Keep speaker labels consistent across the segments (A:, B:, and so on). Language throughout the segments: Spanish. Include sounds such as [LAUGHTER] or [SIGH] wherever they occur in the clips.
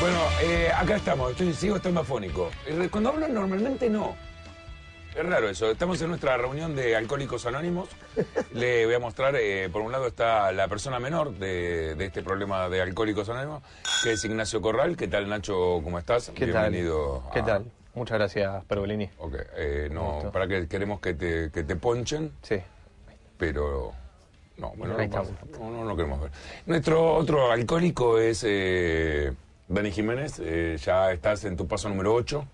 A: Bueno, eh, acá estamos, estoy, sigo estando afónico. Eh, Cuando hablo normalmente no. Es raro eso. Estamos en nuestra reunión de Alcohólicos Anónimos. Le voy a mostrar, eh, por un lado está la persona menor de, de este problema de Alcohólicos Anónimos, que es Ignacio Corral. ¿Qué tal, Nacho? ¿Cómo estás?
B: ¿Qué
A: Bienvenido.
B: tal? ¿Qué
A: a-
B: tal? Muchas gracias, Pergolini.
A: Ok, eh,
B: Un
A: no,
B: gusto.
A: para que queremos que te, que te ponchen,
B: Sí.
A: pero... No, bueno,
B: Ahí
A: no, pasa.
B: estamos.
A: no, no, no queremos ver. Nuestro otro alcohólico es eh, Dani Jiménez. Eh, ya estás en tu paso número 8.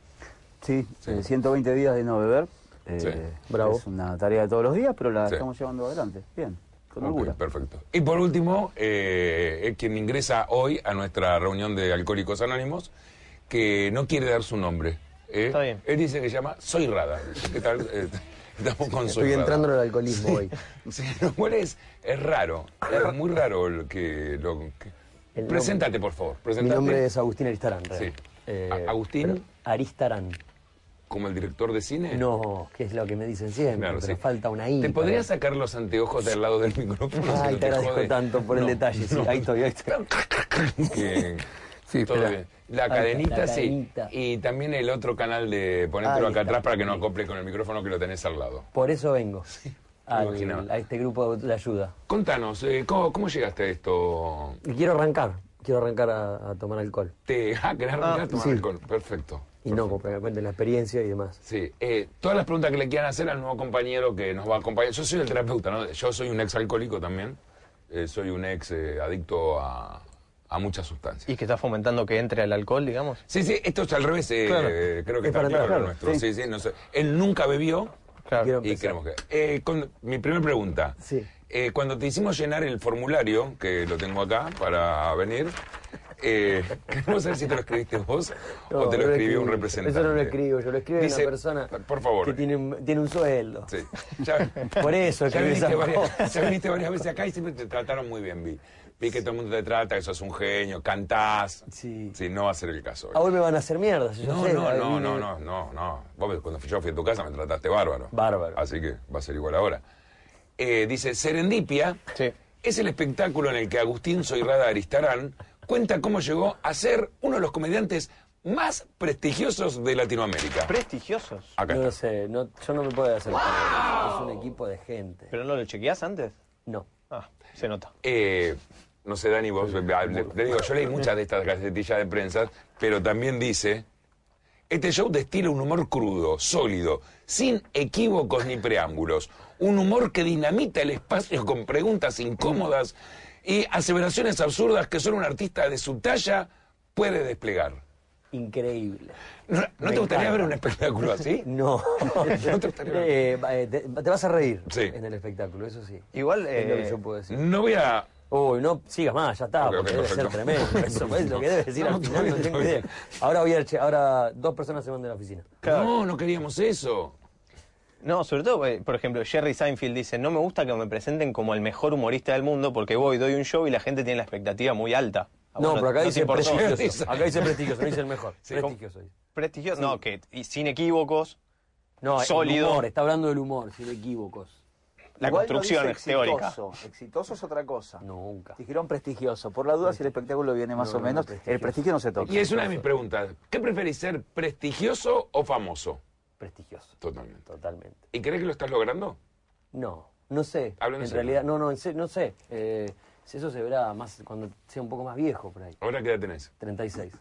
C: Sí, eh, 120 días de no beber. Eh,
A: Sí.
B: Bravo.
C: Es una tarea de todos los días, pero la
A: Sí.
C: estamos llevando adelante. Bien, con
A: Ok,
C: orgullo.
A: perfecto. Y por último, eh, es quien ingresa hoy a nuestra reunión de Alcohólicos Anónimos, que no quiere dar su nombre. ¿eh?
B: Está bien.
A: Él dice que se llama Soy Rada. ¿Qué
D: [LAUGHS]
A: tal? Eh, Estamos con Soy
D: Estoy
A: Rada.
D: entrando en el alcoholismo hoy.
A: [LAUGHS] Sí, lo cual es, es raro. Es muy raro lo que... Lo, que-
D: El
A: Preséntate, por favor.
D: Mi
A: Preséntate.
D: nombre es Agustín Aristarán.
A: Sí.
D: Eh,
A: A- Agustín,
D: pero- Aristarán.
A: como el director de cine...
D: No, que es lo que me dicen siempre,
A: Claro,
D: pero
A: sí.
D: falta una I.
A: ¿Te
D: para-
A: podrías sacar los anteojos del lado del micrófono? si
D: Ay,
A: no
D: te agradezco
A: jode?
D: tanto por
A: No,
D: el detalle. sí.
A: no.
D: Ahí estoy, ahí estoy.
A: que
D: Sí,
A: todo
D: espera.
A: bien. La
D: Ahí está,
A: cadenita,
D: la
A: sí.
D: cadenita.
A: Y también el otro canal de ponételo
D: Ahí
A: acá
D: está.
A: atrás para que no acople con el micrófono que lo tenés al lado.
D: Por eso vengo
A: me
D: al-
A: imaginaba.
D: a este grupo de ayuda.
A: Contanos, eh, ¿cómo, cómo llegaste a esto?
D: Y quiero arrancar, quiero arrancar a, a tomar alcohol.
A: Te ah, querés arrancar a tomar
D: sí.
A: alcohol. Perfecto.
D: Y no, porque me cuenten la experiencia y demás.
A: Sí, eh, todas las preguntas que le quieran hacer al nuevo compañero que nos va a acompañar. Yo soy el terapeuta, ¿no? Yo soy un ex alcohólico también. Eh, soy un ex eh, adicto a, a muchas sustancias.
B: ¿Y que está fomentando que entre al alcohol, digamos?
A: Sí, sí, esto es al revés. eh,
B: Claro.
A: Creo que
D: Es
A: está claro
D: para entrar,
A: lo
D: claro,
A: nuestro. Sí,
D: sí.
A: sí, no sé. Él nunca bebió.
B: Claro.
D: Quiero
A: Y
D: empezar.
A: queremos que. eh, con- mi primera pregunta.
D: Sí.
A: Eh, cuando te hicimos llenar el formulario, que lo tengo acá para venir, eh, [LAUGHS] queremos saber si te lo escribiste vos o
D: No,
A: te lo
D: no
A: escribió un
D: escribo.
A: representante.
D: Eso no lo escribo, yo lo escribe
A: Dice,
D: una persona
A: Por favor.
D: que tiene un, tiene un sueldo.
A: Sí, ya-
D: [LAUGHS] Por eso
A: ya
D: escribí
A: viniste,
D: esas
A: varias,
D: cosas.
A: ya viniste varias veces acá y siempre te trataron muy bien, Vi. Vi que todo el mundo te trata, que sos un genio, cantás.
D: Sí.
A: Sí, no va a ser el caso. hoy.
D: A hoy me van a hacer mierdas, yo
A: No,
D: sé,
A: no,
D: la-
A: no,
D: vine-
A: no, no, no, no. Vos cuando yo fui a tu casa me trataste bárbaro.
D: Bárbaro.
A: Así que va a ser igual ahora. Eh, dice, Serendipia
B: Sí.
A: es el espectáculo en el que Agustín Soirrada Aristarán cuenta cómo llegó a ser uno de los comediantes más prestigiosos de Latinoamérica.
B: Prestigiosos.
A: Acá
D: No
A: está.
D: lo sé, no, yo no me puedo hacer cargo. Es un equipo de gente.
B: ¿Pero no lo chequeás antes?
D: No.
B: Ah, se nota.
A: Eh, no sé, Dani, vos, ah, le- te digo, yo leí muchas de estas casetillas de prensa, pero también dice, este show destila un humor crudo, sólido, sin equívocos ni preámbulos, un humor que dinamita el espacio con preguntas incómodas y aseveraciones absurdas que solo un artista de su talla puede desplegar.
D: Increíble.
A: ¿No, no te
D: Me
A: gustaría
D: encanta.
A: ver un espectáculo así?
D: No.
A: [LAUGHS] No te gustaría.
D: Eh, eh, te, te vas a reír
A: Sí.
D: en el espectáculo, eso sí.
B: Igual,
D: Es lo
B: eh,
D: que yo puedo decir.
A: No voy a...
D: Uy, no sigas más, ya está,
A: Ok, ok,
D: porque debe ser
A: perfecto. [LAUGHS]
D: tremendo. Eso es lo que debes decir
A: No,
D: al final, no
A: está bien,
D: tengo
A: está
D: idea.
A: bien.
D: Ahora voy a che- ahora dos personas se van de la oficina.
A: No, no queríamos eso.
B: No, sobre todo, eh, por ejemplo, Jerry Seinfeld dice, no me gusta que me presenten como el mejor humorista del mundo porque voy, doy un show y la gente tiene la expectativa muy alta. A vos
D: No, pero acá
B: Ah, te
D: dice
B: importó.
D: prestigioso.
A: [LAUGHS]
D: Acá dice prestigioso, no dice el mejor. prestigioso. dice.
B: Prestigioso, no, que y sin equívocos,
D: No, el
B: Sólido.
D: humor, está hablando del humor, sin equívocos.
B: la
E: Igual no
B: construcción
E: dice
B: es teórica.
E: Exitoso. exitoso es otra cosa.
D: Nunca.
E: Dijeron prestigioso. Por la duda, si el espectáculo viene más
D: No,
E: o
D: no,
E: menos,
D: no,
E: el prestigio no se toca.
A: Y es una de mis preguntas. ¿Qué preferís ser, prestigioso o famoso?
D: Prestigioso,
A: Totalmente.
D: totalmente.
A: ¿Y crees que lo estás logrando?
D: No, no sé.
A: Hablo en
D: en
A: serio.
D: realidad, no, no, en serio, no sé. Eh, eso se verá más cuando sea un poco más viejo por ahí.
A: Ahora qué edad tenés.
D: 36.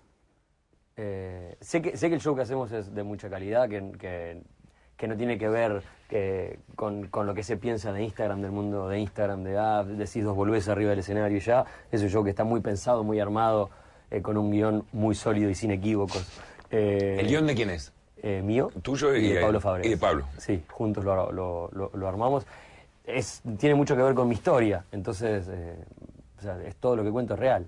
D: Eh, sé, que, sé que el show que hacemos es de mucha calidad, que, que, que no tiene que ver que, con, con lo que se piensa de Instagram, del mundo de Instagram, de ah, decís dos volvés arriba del escenario y ya. Es un show que está muy pensado, muy armado, eh, con un guión muy sólido y sin equívocos. Eh,
A: ¿El guión de quién es?
D: eh, mío.
A: Tuyo y
D: de
A: de-
D: Pablo Fabregas.
A: y de Pablo.
D: Sí, juntos lo, lo- lo- lo armamos. Es, tiene mucho que ver con mi historia, entonces eh, o sea, es todo lo que cuento es real.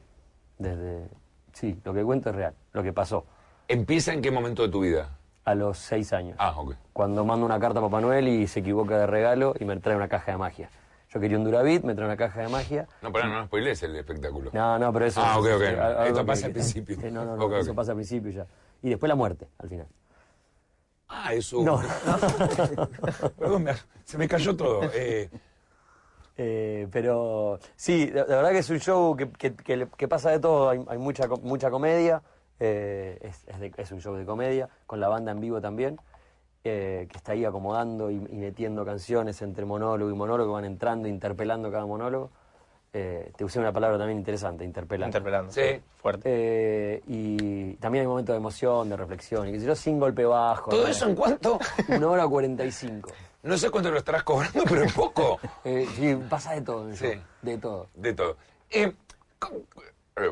D: Desde, sí, lo que cuento es real, lo que pasó
A: ¿Empieza en qué momento de tu vida?
D: a los seis años.
A: Ah, ok.
D: Cuando mando una carta a Papá Noel y se equivoca de regalo y me trae una caja de magia. Yo quería un Durabit, me trae una caja de magia.
A: No, pará, no spoilees el espectáculo.
D: No, no, pero eso.
A: Ah, ok, ok.
D: eh, algo
A: Esto
D: que-
A: pasa al principio.
D: Eh, [LAUGHS] no, no, no,
A: Ok, ok.
D: eso pasa al principio ya. Y después la muerte, al final.
A: Ah, eso.
D: No.
A: [LAUGHS] Perdón, me- se me cayó todo. Eh,
D: Eh, pero sí, la, la verdad que es un show que, que- que le- que pasa de todo. Hay, hay mucha, co- mucha comedia, eh, es, es de- es un show de comedia, con la banda en vivo también, eh, que está ahí acomodando y, y metiendo canciones entre monólogo y monólogo, van entrando, interpelando cada monólogo. Eh, te usé una palabra también interesante, interpelando.
B: Interpelando.
A: Sí.
B: Fuerte.
D: Eh, y también hay momentos de emoción, de reflexión, y que si yo sin golpe bajo.
A: ¿Todo
D: ¿no?
A: eso en cuánto?
D: Una hora cuarenta y cinco.
A: No sé cuánto lo estarás cobrando, pero es poco.
D: Eh, sí, pasa de todo, en el
A: Sí.
D: show, de todo.
A: De todo. Eh, co- eh,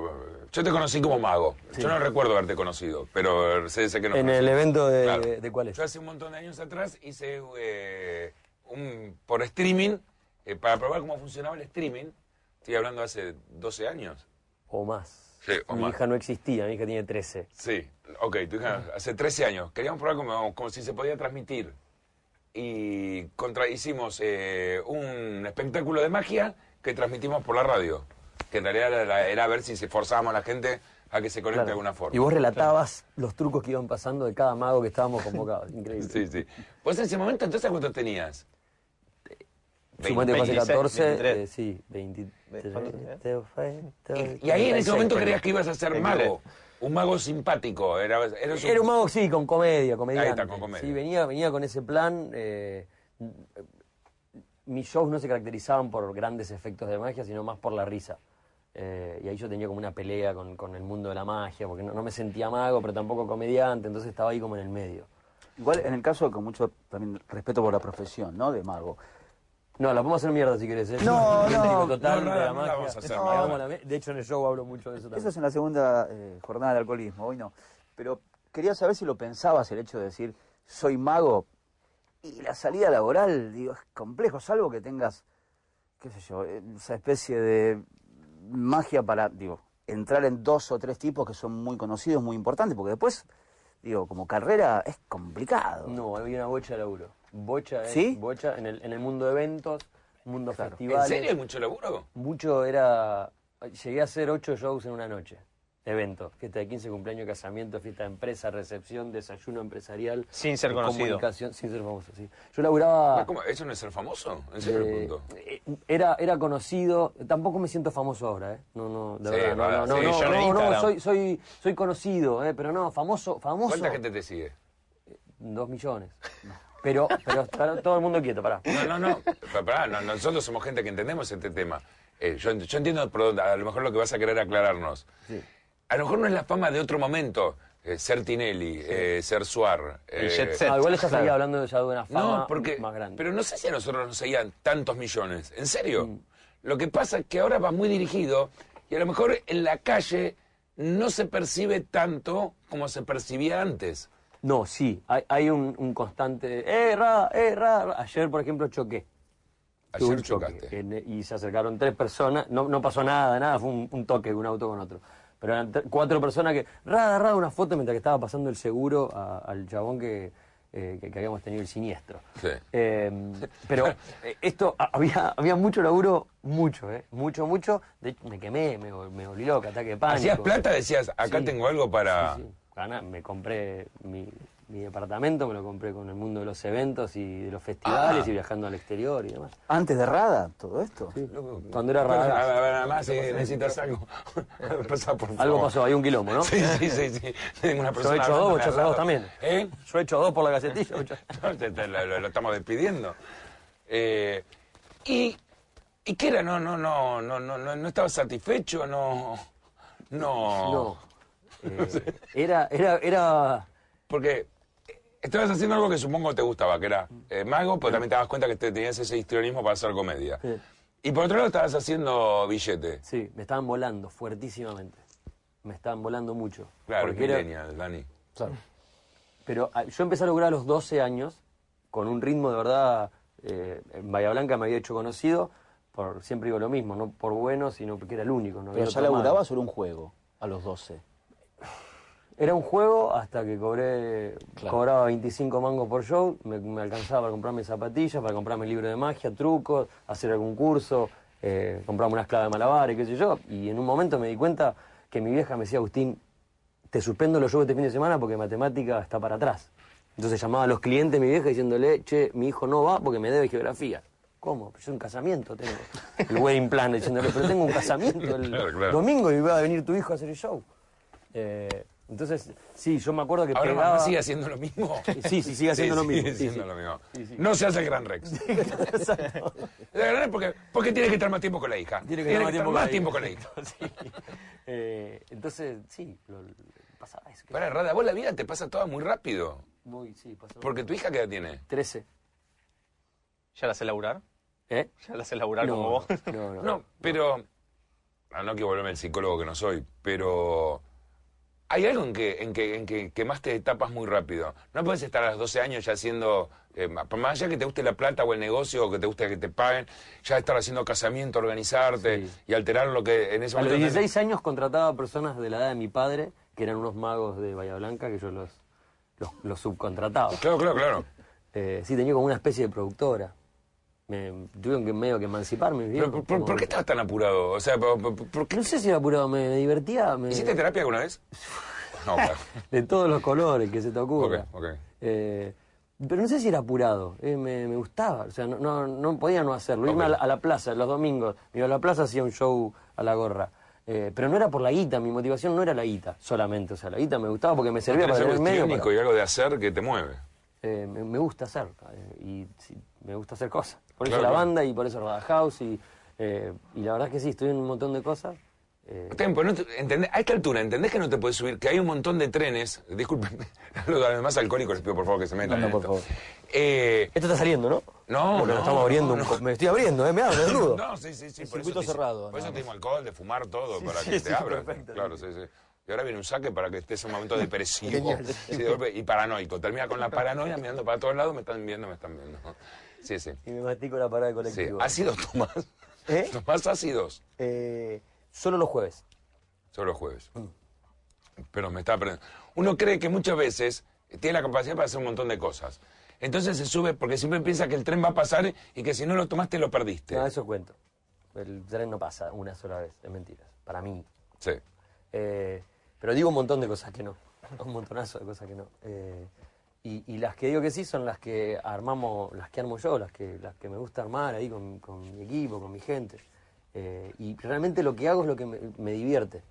A: yo te conocí como mago. Yo no recuerdo haberte conocido, pero sé, sé que no.
D: En el evento de, de cuál es.
A: Yo hace un montón de años atrás hice eh, un por streaming, eh, para probar cómo funcionaba el streaming. Estoy hablando hace 12 años.
D: O más.
A: Sí, o
D: mi
A: más.
D: hija no existía, mi hija tiene 13.
A: Sí, ok, tu hija, hace 13 años. Queríamos probar como, como si se podía transmitir. Y contra, hicimos eh, un espectáculo de magia que transmitimos por la radio. Que en realidad era, la- era ver si se forzábamos a la gente a que se conecte de alguna forma.
D: Y vos relatabas los trucos que iban pasando de cada mago que estábamos convocados. Increíble.
A: Sí, sí. ¿Vos en ese momento entonces cuánto tenías?
D: Sumate que hace
B: 26,
D: 14,
B: 23.
D: eh, sí, 23.
B: ¿Cuánto tenía?
D: te fue, te-
A: Y, y ahí en ese momento
B: 36,
A: creías que ibas a ser
B: 23.
A: mago. Un mago simpático. Era, eras
D: Era un mago, sí, con comedia, comediante.
A: Ahí está, con comedia.
D: Sí, venía, venía con ese plan. eh, mis shows no se caracterizaban por grandes efectos de magia, sino más por la risa. Eh, y ahí yo tenía como una pelea con, con el mundo de la magia, porque no, no me sentía mago, pero tampoco comediante, entonces estaba ahí como en el medio.
E: Igual en el caso, con mucho también respeto por la profesión, ¿no? De mago.
D: No, la podemos hacer mierda si querés. ¿eh?
E: No,
D: Yo
E: no.
D: soy crítico total
A: No, no,
D: de la
A: no la
D: magia.
A: vamos a hacer
D: No,
A: mierda.
D: vamos a la me- de hecho, en el show hablo mucho de eso también.
E: Eso es en la segunda eh, jornada del alcoholismo, hoy no. Pero quería saber si lo pensabas el hecho de decir, soy mago. Y la salida laboral, digo, es complejo, salvo que tengas, qué sé yo, eh, esa especie de magia para, digo, entrar en dos o tres tipos que son muy conocidos, muy importantes, porque después, digo, como carrera es complicado.
D: No, había una bocha de laburo. Bocha es
E: ¿Sí?
D: bocha en el, en el mundo de eventos, mundo
A: ¿En
D: festivales.
A: serio hay mucho laburo?
D: Mucho era. Llegué a hacer ocho shows en una noche. Eventos, fiesta de 15, cumpleaños, casamiento, fiesta de empresa, recepción, desayuno empresarial. eh,
B: Sin ser conocido.
D: Comunicación, sin ser famoso, sí. Yo laburaba.
A: ¿Cómo? ¿Eso no es ser famoso? ¿En
D: eh,
A: serio? punto.
D: eh, era, era conocido, tampoco me siento famoso ahora, ¿eh? No, no, de
A: Sí,
D: verdad, no,
A: verdad,
D: no, no,
A: sí,
D: no,
B: yo en
D: no, no,
B: Instagram.
D: soy, soy, soy conocido, ¿eh? Pero no, famoso, famoso.
A: ¿Cuánta gente te sigue?
D: Dos millones. Pero, pero está todo el mundo quieto, pará.
A: No, no, [LAUGHS] no. Pa- pará, no, Nosotros somos gente que entendemos este tema. Eh, yo, yo entiendo, por dónde- a lo mejor lo que vas a querer aclararnos. A lo mejor no es la fama de otro momento. eh, ser Tinelli, eh, ser Suar.
B: El
A: eh,
B: jet set.
D: Ah, igual ya estaría hablando de ya de una fama
A: No, porque.
D: más grande.
A: Pero no sé si a nosotros nos seguían tantos millones. ¿En serio?
D: Mm.
A: Lo que pasa es que ahora va muy dirigido y a lo mejor en la calle no se percibe tanto como se percibía antes.
D: No, sí, hay, hay un, un constante. ¡Eh, ra, eh, ra, ra! Ayer, por ejemplo, choqué. Tuve
A: Ayer
D: un choque,
A: chocaste.
D: en- y se acercaron tres personas. No, no pasó nada, nada, fue un, un toque, un auto con otro. Pero eran tre- cuatro personas que. ¡Ra, ra! Una foto mientras que estaba pasando el seguro a- al chabón que, eh, que, que habíamos tenido el siniestro.
A: Sí.
D: Eh, pero eh, esto, ha- había, había mucho laburo, mucho, ¿eh? Mucho, mucho. De hecho, me quemé, me, vol- me volví loca, ataque de pánico.
A: Hacías plata, decías, acá
D: Sí.
A: tengo algo para.
D: Sí, sí. Ganá, me compré mi, mi departamento, me lo compré con el mundo de los eventos y de los festivales
A: Ah.
D: y viajando al exterior y demás.
E: Antes de Rada, todo esto.
D: Cuando era
A: Bueno,
D: Radagast.
A: nada- nada más, si necesitas algo. [LAUGHS] Pasa, por favor.
D: Algo pasó, hay un quilombo, ¿no?
A: Oh. Sí, sí, sí. sí. Tengo una
D: Yo
A: persona
D: he hecho dos,
A: hablando
D: vos
A: de
D: echás a dos
A: lado.
D: también.
A: ¿Eh?
D: Yo he hecho dos por la gacetilla. vos echás-
A: [LAUGHS] No, te- te- lo, lo- lo estamos despidiendo. Eh, ¿y, ¿Y qué era? No, no, no, no, no, no, no estaba satisfecho, no. No.
D: No. Eh, era, era, era.
A: Porque estabas haciendo algo que supongo te gustaba, que era eh, mago, pero también te dabas cuenta que te tenías ese histrionismo para hacer comedia.
D: Sí.
A: Y por otro lado estabas haciendo billete.
D: Sí, me estaban volando fuertísimamente. Me estaban volando mucho.
A: Claro,
D: Porque era-
A: millennial, Dani.
D: Pero ah, yo empecé a lograr a los 12 años, con un ritmo de verdad, eh, en Bahía Blanca me había hecho conocido, por siempre digo lo mismo, no por bueno, sino porque era el único. No había
E: Pero ya
D: otro más.
E: laburabas sobre un juego, a los 12.
D: Era un juego hasta que cobré, cobraba 25 mangos por show, me, me alcanzaba para comprarme zapatillas, para comprarme libro de magia, trucos, hacer algún curso, eh, comprarme unas claves de malabares, qué sé yo. Y en un momento me di cuenta que mi vieja me decía, Agustín, te suspendo los shows este fin de semana porque matemática está para atrás. Entonces llamaba a los clientes mi vieja diciéndole, che, mi hijo no va porque me debe geografía. ¿Cómo? Pero yo un casamiento tengo. El wedding plan diciéndole, pero tengo un casamiento el
A: Claro, claro.
D: domingo y va a venir tu hijo a hacer el show. Eh, Entonces, sí, yo me acuerdo que
A: Ahora
D: pegaba...
A: mamá sigue haciendo lo mismo.
D: Sí, sí, sigue haciendo lo mismo.
A: Sigue
D: Sí,
A: haciendo
D: sí.
A: lo mismo.
D: Sí, sí.
A: No se hace el Gran Rex.
D: [LAUGHS] Exacto.
A: El Gran Rex porque, porque tiene que estar más tiempo con la hija.
D: Tiene que estar más tiempo con la
A: tiempo
D: hija.
A: con la hija.
D: [LAUGHS] Sí. Eh, entonces, sí, lo, lo- pasaba eso. que
A: Pará, Rada, vos la vida te pasa toda muy rápido.
D: muy, sí, pasaba.
A: Porque tu hija qué edad tiene.
D: 13.
B: ¿Ya la sé laburar?
D: ¿Eh?
B: ¿Ya la sé laburar
D: no,
B: como vos?
A: [LAUGHS]
D: No, no.
A: No, pero. ah, no quiero volverme el psicólogo que no soy, pero. Hay algo en que, en que, en que, que más te tapas muy rápido. No puedes estar a los 12 años ya haciendo. eh, ma- por más allá que te guste la plata o el negocio o que te guste que te paguen, ya estar haciendo casamiento, organizarte
D: Sí.
A: y alterar lo que en ese
D: A los
A: momento.
D: 16 años contrataba a personas de la edad de mi padre, que eran unos magos de Bahía Blanca, que yo los, los, los subcontrataba.
A: Claro, claro, claro.
D: Eh, sí, tenía como una especie de productora. Me, tuvieron que medio que emanciparme.
A: Pero, ¿por, por- por qué estabas tan apurado? O sea, ¿por, por- por qué?
D: No sé si era apurado, me divertía. me-
A: ¿Hiciste terapia alguna
D: [LAUGHS]
A: vez? No, claro.
D: de todos los colores que se te ocurra.
A: Ok, ok.
D: Eh, pero no sé si era apurado, eh, me, me gustaba, o sea, no, no, no podía no hacerlo. Irme
A: Ok.
D: a la, a la plaza los domingos, me iba a la plaza, hacía un show a la gorra. Eh, pero no era por la guita, mi motivación no era la guita solamente, o sea, la guita me gustaba porque me servía
A: Tenés
D: para tener
A: algo
D: medio.
A: histriónico
D: para-
A: y algo de hacer que te mueve.
D: eh, me, me gusta hacer, eh, y sí, me gusta hacer cosas. Por eso
A: Claro,
D: la
A: claro.
D: banda y por eso Rada House, y, eh, y la verdad es que sí, estoy en un montón de cosas. eh,
A: Tempo, no te- entendé- a esta altura, ¿entendés que no te puedes subir? Que hay un montón de trenes. [LAUGHS] Disculpen, a los demás alcohólicos les pido por favor que se metan.
D: No, no,
A: en
D: por
A: esto.
D: favor.
A: Eh,
D: Esto está saliendo, ¿no?
A: No, no,
D: Porque nos estamos abriendo. un co- Me estoy abriendo, ¿eh? Me abro, desnudo.
A: [LAUGHS] no, sí, sí, sí.
F: El
A: por eso
F: circuito
A: te hice-
F: cerrado,
A: Por eso
F: nada
A: te dimos alcohol, de fumar todo, para
F: sí,
A: que
F: sí,
A: te abra.
F: perfecto.
A: Claro, sí, sí. Y ahora viene un saque para que estés en un momento depresivo sí, de golpe, y paranoico. Termina con la paranoia mirando para todos lados, me están viendo, me están viendo. Sí, sí.
F: Y me mastico la parada de
A: sí.
F: colectivo.
A: Ácidos [LAUGHS] tomás.
F: ¿Eh?
A: Tomás ácidos.
F: Eh,
D: Solo los jueves.
A: Solo los jueves. Pero me está aprendiendo. Uno cree que muchas veces tiene la capacidad para hacer un montón de cosas. Entonces se sube porque siempre piensa que el tren va a pasar y que si no lo tomaste lo perdiste.
D: No, Ah, eso es cuento. El tren no pasa una sola vez, es mentira, para mí.
A: Sí.
D: Eh, pero digo un montón de cosas que no, [LAUGHS] un montonazo de cosas que no. Eh, y, y las que digo que sí son las que armamos, las que armo yo, las que, las que me gusta armar ahí con, con mi equipo, con mi gente. Eh, y realmente lo que hago es lo que me, me divierte.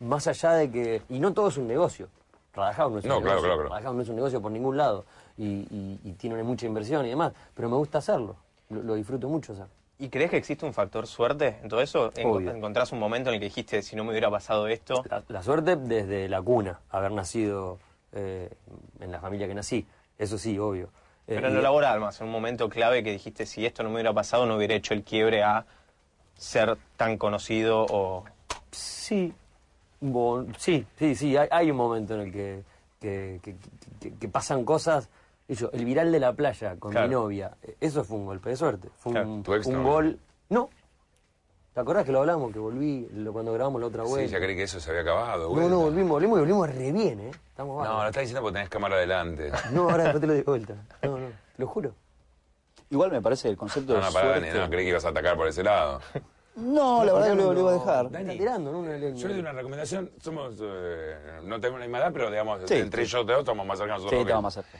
D: Más allá de que... Y no todo es un negocio. Radajado no es
A: No,
D: un
A: claro,
D: negocio.
A: claro, claro.
D: Radajado no es un negocio por ningún lado. Y, y- y tiene mucha inversión y demás. Pero me gusta hacerlo. Lo, lo disfruto mucho hacer.
B: ¿Y crees que existe un factor suerte en todo eso? Enco-
D: Obvio.
B: ¿Encontrás un momento en el que dijiste, si no me hubiera pasado esto?
D: La, la suerte desde la cuna, haber nacido eh, en la familia que nací. Eso sí, obvio. Eh,
B: Pero en
D: y-
B: lo laboral, más, en un momento clave que dijiste, si esto no me hubiera pasado, no hubiera hecho el quiebre a ser tan conocido o...
D: Sí. Bo- sí, sí, sí. Hay, hay un momento en el que, que- que- que- que pasan cosas. Yo, el viral de la playa con
B: Claro.
D: mi novia. eh, Eso fue un golpe de suerte. Fue
B: Claro.
D: un,
A: Tu ex
D: un
A: novia.
D: gol. No. ¿Te acordás que lo hablamos? Que volví lo- cuando grabamos la otra
A: Sí,
D: vuelta.
A: ya creí que eso se había acabado.
D: no,
A: güey.
D: no, volvimos, volvimos y volvimos re bien, ¿eh? Estamos
A: No, lo
D: bárbaros.
A: estás diciendo porque tenés cámara adelante.
D: No, ahora después te lo digo de vuelta. No, no, lo juro.
E: Igual me parece que el concepto
A: No,
E: de
A: no, pará, Dani,
E: suerte-
A: no, creí que ibas a atacar por ese lado.
E: No, la verdad que lo, lo iba a dejar.
D: Me está tirando, ¿no? Una-
A: Yo le doy una recomendación, somos, eh, no tenemos la misma edad, pero digamos,
E: Sí,
A: entre
E: sí.
A: yo y dos estamos más cercanos
E: Sí,
A: nosotros.
E: estaba más cerca.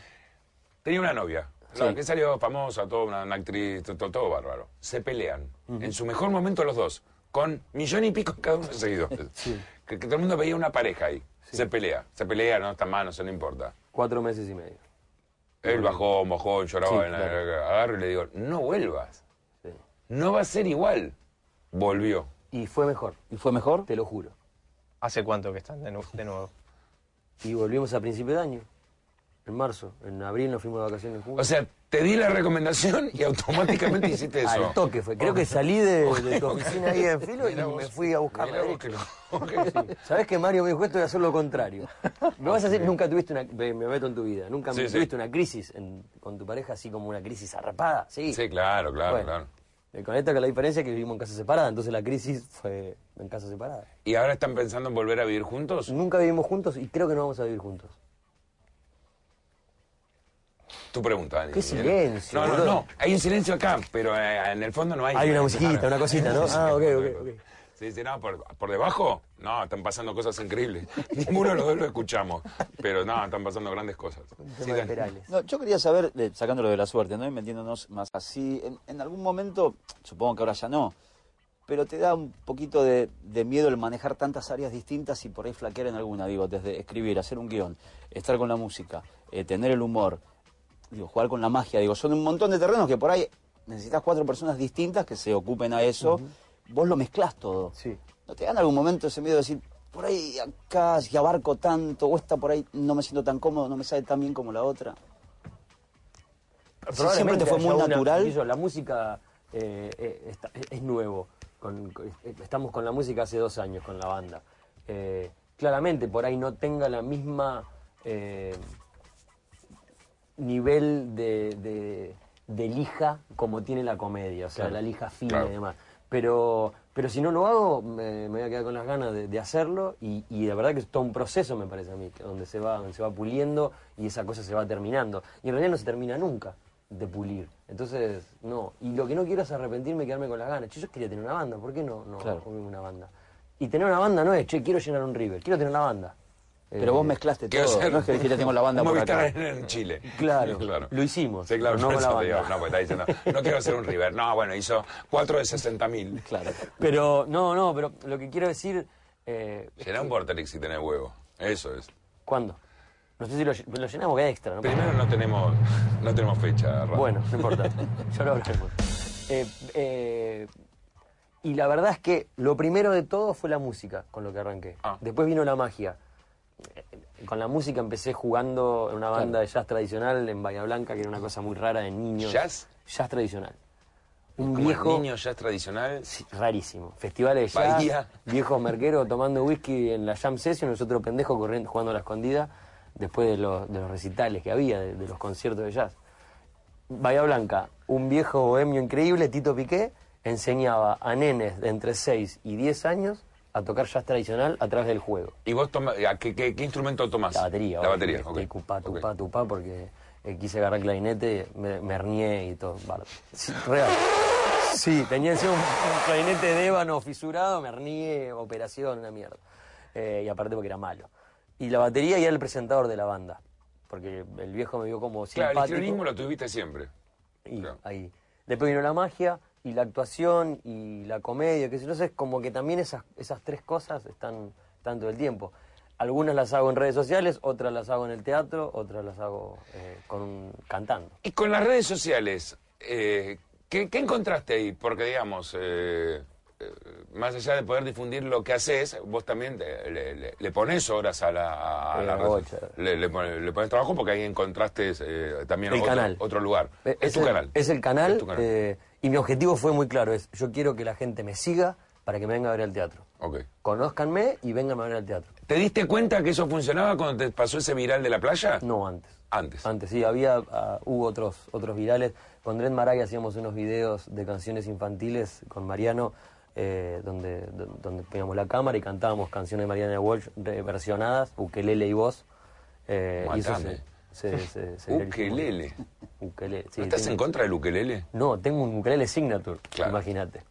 A: Tenía una novia, la que salió famosa, todo, una, una actriz, to- to- todo, bárbaro. Se pelean, en su mejor momento los dos, con millón y pico cada uno de
D: [LAUGHS]
A: seguidores. que, que todo el mundo veía una pareja ahí. Se pelea, se pelea, no está mal, no se no importa.
D: Cuatro meses y medio.
A: Él bajó, mojó, lloraba,
D: Sí,
A: en la-
D: claro.
A: agarro y le digo, no vuelvas,
D: Sí.
A: no va a ser igual. Volvió.
D: Y fue mejor,
E: ¿Y fue mejor?
D: te lo juro.
B: ¿Hace cuánto que están de, nu- de nuevo?
D: Y volvimos a principio de año, en marzo. En abril nos fuimos de vacaciones
A: O
D: juntos.
A: sea, te di la recomendación y
D: [LAUGHS]
A: automáticamente hiciste eso.
D: Al toque fue. Creo que salí de,
A: [LAUGHS]
D: de tu oficina ahí en filo y
A: Mirá vos,
D: me fui a buscar.
A: mirá vos que loco, que-
D: ¿Sabes que Mario me dijo esto y hacer
A: [LAUGHS]
D: lo contrario? Me vas a decir, nunca tuviste una. Me me meto en tu vida. Nunca
A: Sí, sí.
D: tuviste una crisis en- con tu pareja así como una crisis zarpada. Sí.
A: [LAUGHS] Sí, claro, claro,
D: Bueno,
A: claro.
D: eh, Con esta que la diferencia es que vivimos en casa separada, entonces la crisis fue en casa separada.
A: ¿Y ahora están pensando en volver a vivir juntos?
D: Nunca vivimos juntos y creo que no vamos a vivir juntos.
A: Tu pregunta, Dani.
D: Qué silencio,
A: No, no,
D: boludo.
A: no. Hay un silencio acá, pero eh, en el fondo no hay.
D: Hay una musiquita, una cosita, ¿no? Ah, ok, ok, ok.
A: Se dice, no, por, por debajo, no, están pasando cosas
D: [LAUGHS]
A: increíbles. Ninguno de los dos lo escuchamos, pero no, están pasando grandes cosas. Sí, Dani.
E: No, yo quería saber, eh, sacándolo de la suerte, ¿no? Y metiéndonos más así. En, en algún momento, supongo que ahora ya no, pero te da un poquito de, de miedo el manejar tantas áreas distintas y por ahí flaquear en alguna, digo, desde escribir, hacer un guión, estar con la música, eh, tener el humor, digo, jugar con la magia, digo, son un montón de terrenos que por ahí necesitas cuatro personas distintas que se ocupen a eso, vos lo mezclás todo.
D: Sí.
E: ¿No te da en algún momento ese miedo de decir, por ahí acá si abarco tanto, o esta por ahí no me siento tan cómodo, no me sale tan bien como la otra?
D: Probablemente
E: siempre te fue
D: haya
E: muy
D: una-
E: natural.
D: qué sé yo, la música eh, eh, está- es- es nuevo. Con- con- eh, estamos con la música hace dos años con la banda. Eh, claramente por ahí no tenga la misma eh, nivel de, de- de lija como tiene la comedia, o sea, la lija fina
A: Claro.
D: y demás. Pero, pero si no lo hago, me, me voy a quedar con las ganas de, de hacerlo y, y la verdad que es todo un proceso, me parece a mí, que donde se, va, donde se va puliendo y esa cosa se va terminando. Y en realidad no se termina nunca de pulir. Entonces, no. Y lo que no quiero es arrepentirme y quedarme con las ganas. Che, yo quería tener una banda, ¿por qué no, no
E: Claro.
D: formé una banda? Y tener una banda no es, che, quiero llenar un river, quiero tener
A: [LAUGHS]
D: una banda.
E: Pero
D: Eh,
E: vos mezclaste
A: Quiero
E: todo.
A: ser-
E: No es que dijiste, tengo la
A: [LAUGHS]
E: banda
A: Un
E: por
A: Movistar
E: acá.
A: Arena en Chile.
D: Claro, lo hicimos,
A: Sí, claro,
D: pero no
A: por
D: con la
A: eso te digo,
D: banda.
A: no, pues está diciendo, no quiero hacer un River. No, bueno, hizo 4 de 60 mil.
E: Claro.
D: Pero, no, no, pero lo que quiero decir. Eh,
A: Será un Vorterix si tenés huevo. Eso es.
D: ¿Cuándo? No sé si lo, ll- lo llenamos, que extra, ¿no?
A: Primero no tenemos, no tenemos fecha, Rafa.
D: Bueno, no importa. [LAUGHS] Ya lo hablaremos. Eh, eh, y la verdad es que lo primero de todo fue la música con lo que arranqué.
A: Ah.
D: Después vino la magia. Eh, Con la música empecé jugando en una banda de jazz tradicional en Bahía Blanca, que era una cosa muy rara de niños.
A: ¿Jazz?
D: Jazz tradicional. Un
A: Como
D: viejo.
A: el niño jazz tradicional.
D: Sí, rarísimo. Festivales de jazz,
A: Bahía.
D: viejos merqueros tomando whisky en la jam session, nosotros pendejos corriendo, jugando a la escondida, después de, los- de los recitales que había, de, de los conciertos de jazz. Bahía Blanca, un viejo bohemio increíble, Tito Piqué, enseñaba a nenes de entre 6 y 10 años a tocar jazz tradicional a través del juego.
A: ¿Y vos toma, a qué, qué- qué instrumento tomás?
D: La batería.
A: La
D: obvio,
A: batería,
D: este,
A: ok.
D: Tupá,
A: Ok.
D: tupá, tupá, porque eh, quise agarrar clarinete, me, me hernié y todo. bárbaro. Sí, real. Sí, tenía encima un, un clarinete de ébano fisurado, me hernié, operación, una mierda. Eh, y aparte porque era malo. Y la batería y era el presentador de la banda. Porque el viejo me vio como
A: Claro, el
D: simpático.
A: triolismo lo tuviste siempre.
D: Y
A: Claro.
D: ahí. Después vino la magia y la actuación y la comedia, que si no sé, es como que también esas, esas tres cosas están, están todo el tiempo. Algunas las hago en redes sociales, otras las hago en el teatro, otras las hago eh, con un- cantando.
A: Y con las redes sociales, eh, ¿qué, qué encontraste ahí? Porque, digamos, eh, eh, más allá de poder difundir lo que haces, vos también te- le, le- le pones horas a la, a
D: Eh,
A: la red.
D: ocho.
A: Le, le pone- le pones trabajo porque ahí encontraste eh, también
D: El
A: otro,
D: canal.
A: otro lugar.
D: Eh,
A: es, tu
D: el,
A: canal.
D: Es el canal.
A: Es tu canal.
D: eh, y mi objetivo fue muy claro, es yo quiero que la gente me siga para que me venga a ver al teatro.
A: Ok.
D: Conózcanme y vengan a ver al teatro.
A: ¿Te diste cuenta que eso funcionaba cuando te pasó ese viral de la playa?
D: No antes.
A: Antes.
D: Antes, sí, había, ah, hubo otros, otros virales. Con Dred Maray hacíamos unos videos de canciones infantiles con Mariano, eh, donde, do- donde poníamos la cámara y cantábamos canciones de Mariana Walsh re- versionadas, ukelele y voz. Eh, y eso
A: Matame.
D: se, se, se- se viralizó mucho.
A: Ukelele.
D: Ukelele, sí,
A: ¿No estás
D: tengo-
A: en contra del ukelele? [LAUGHS]
D: No, tengo un ukelele signature,
A: Claro.
D: imagínate.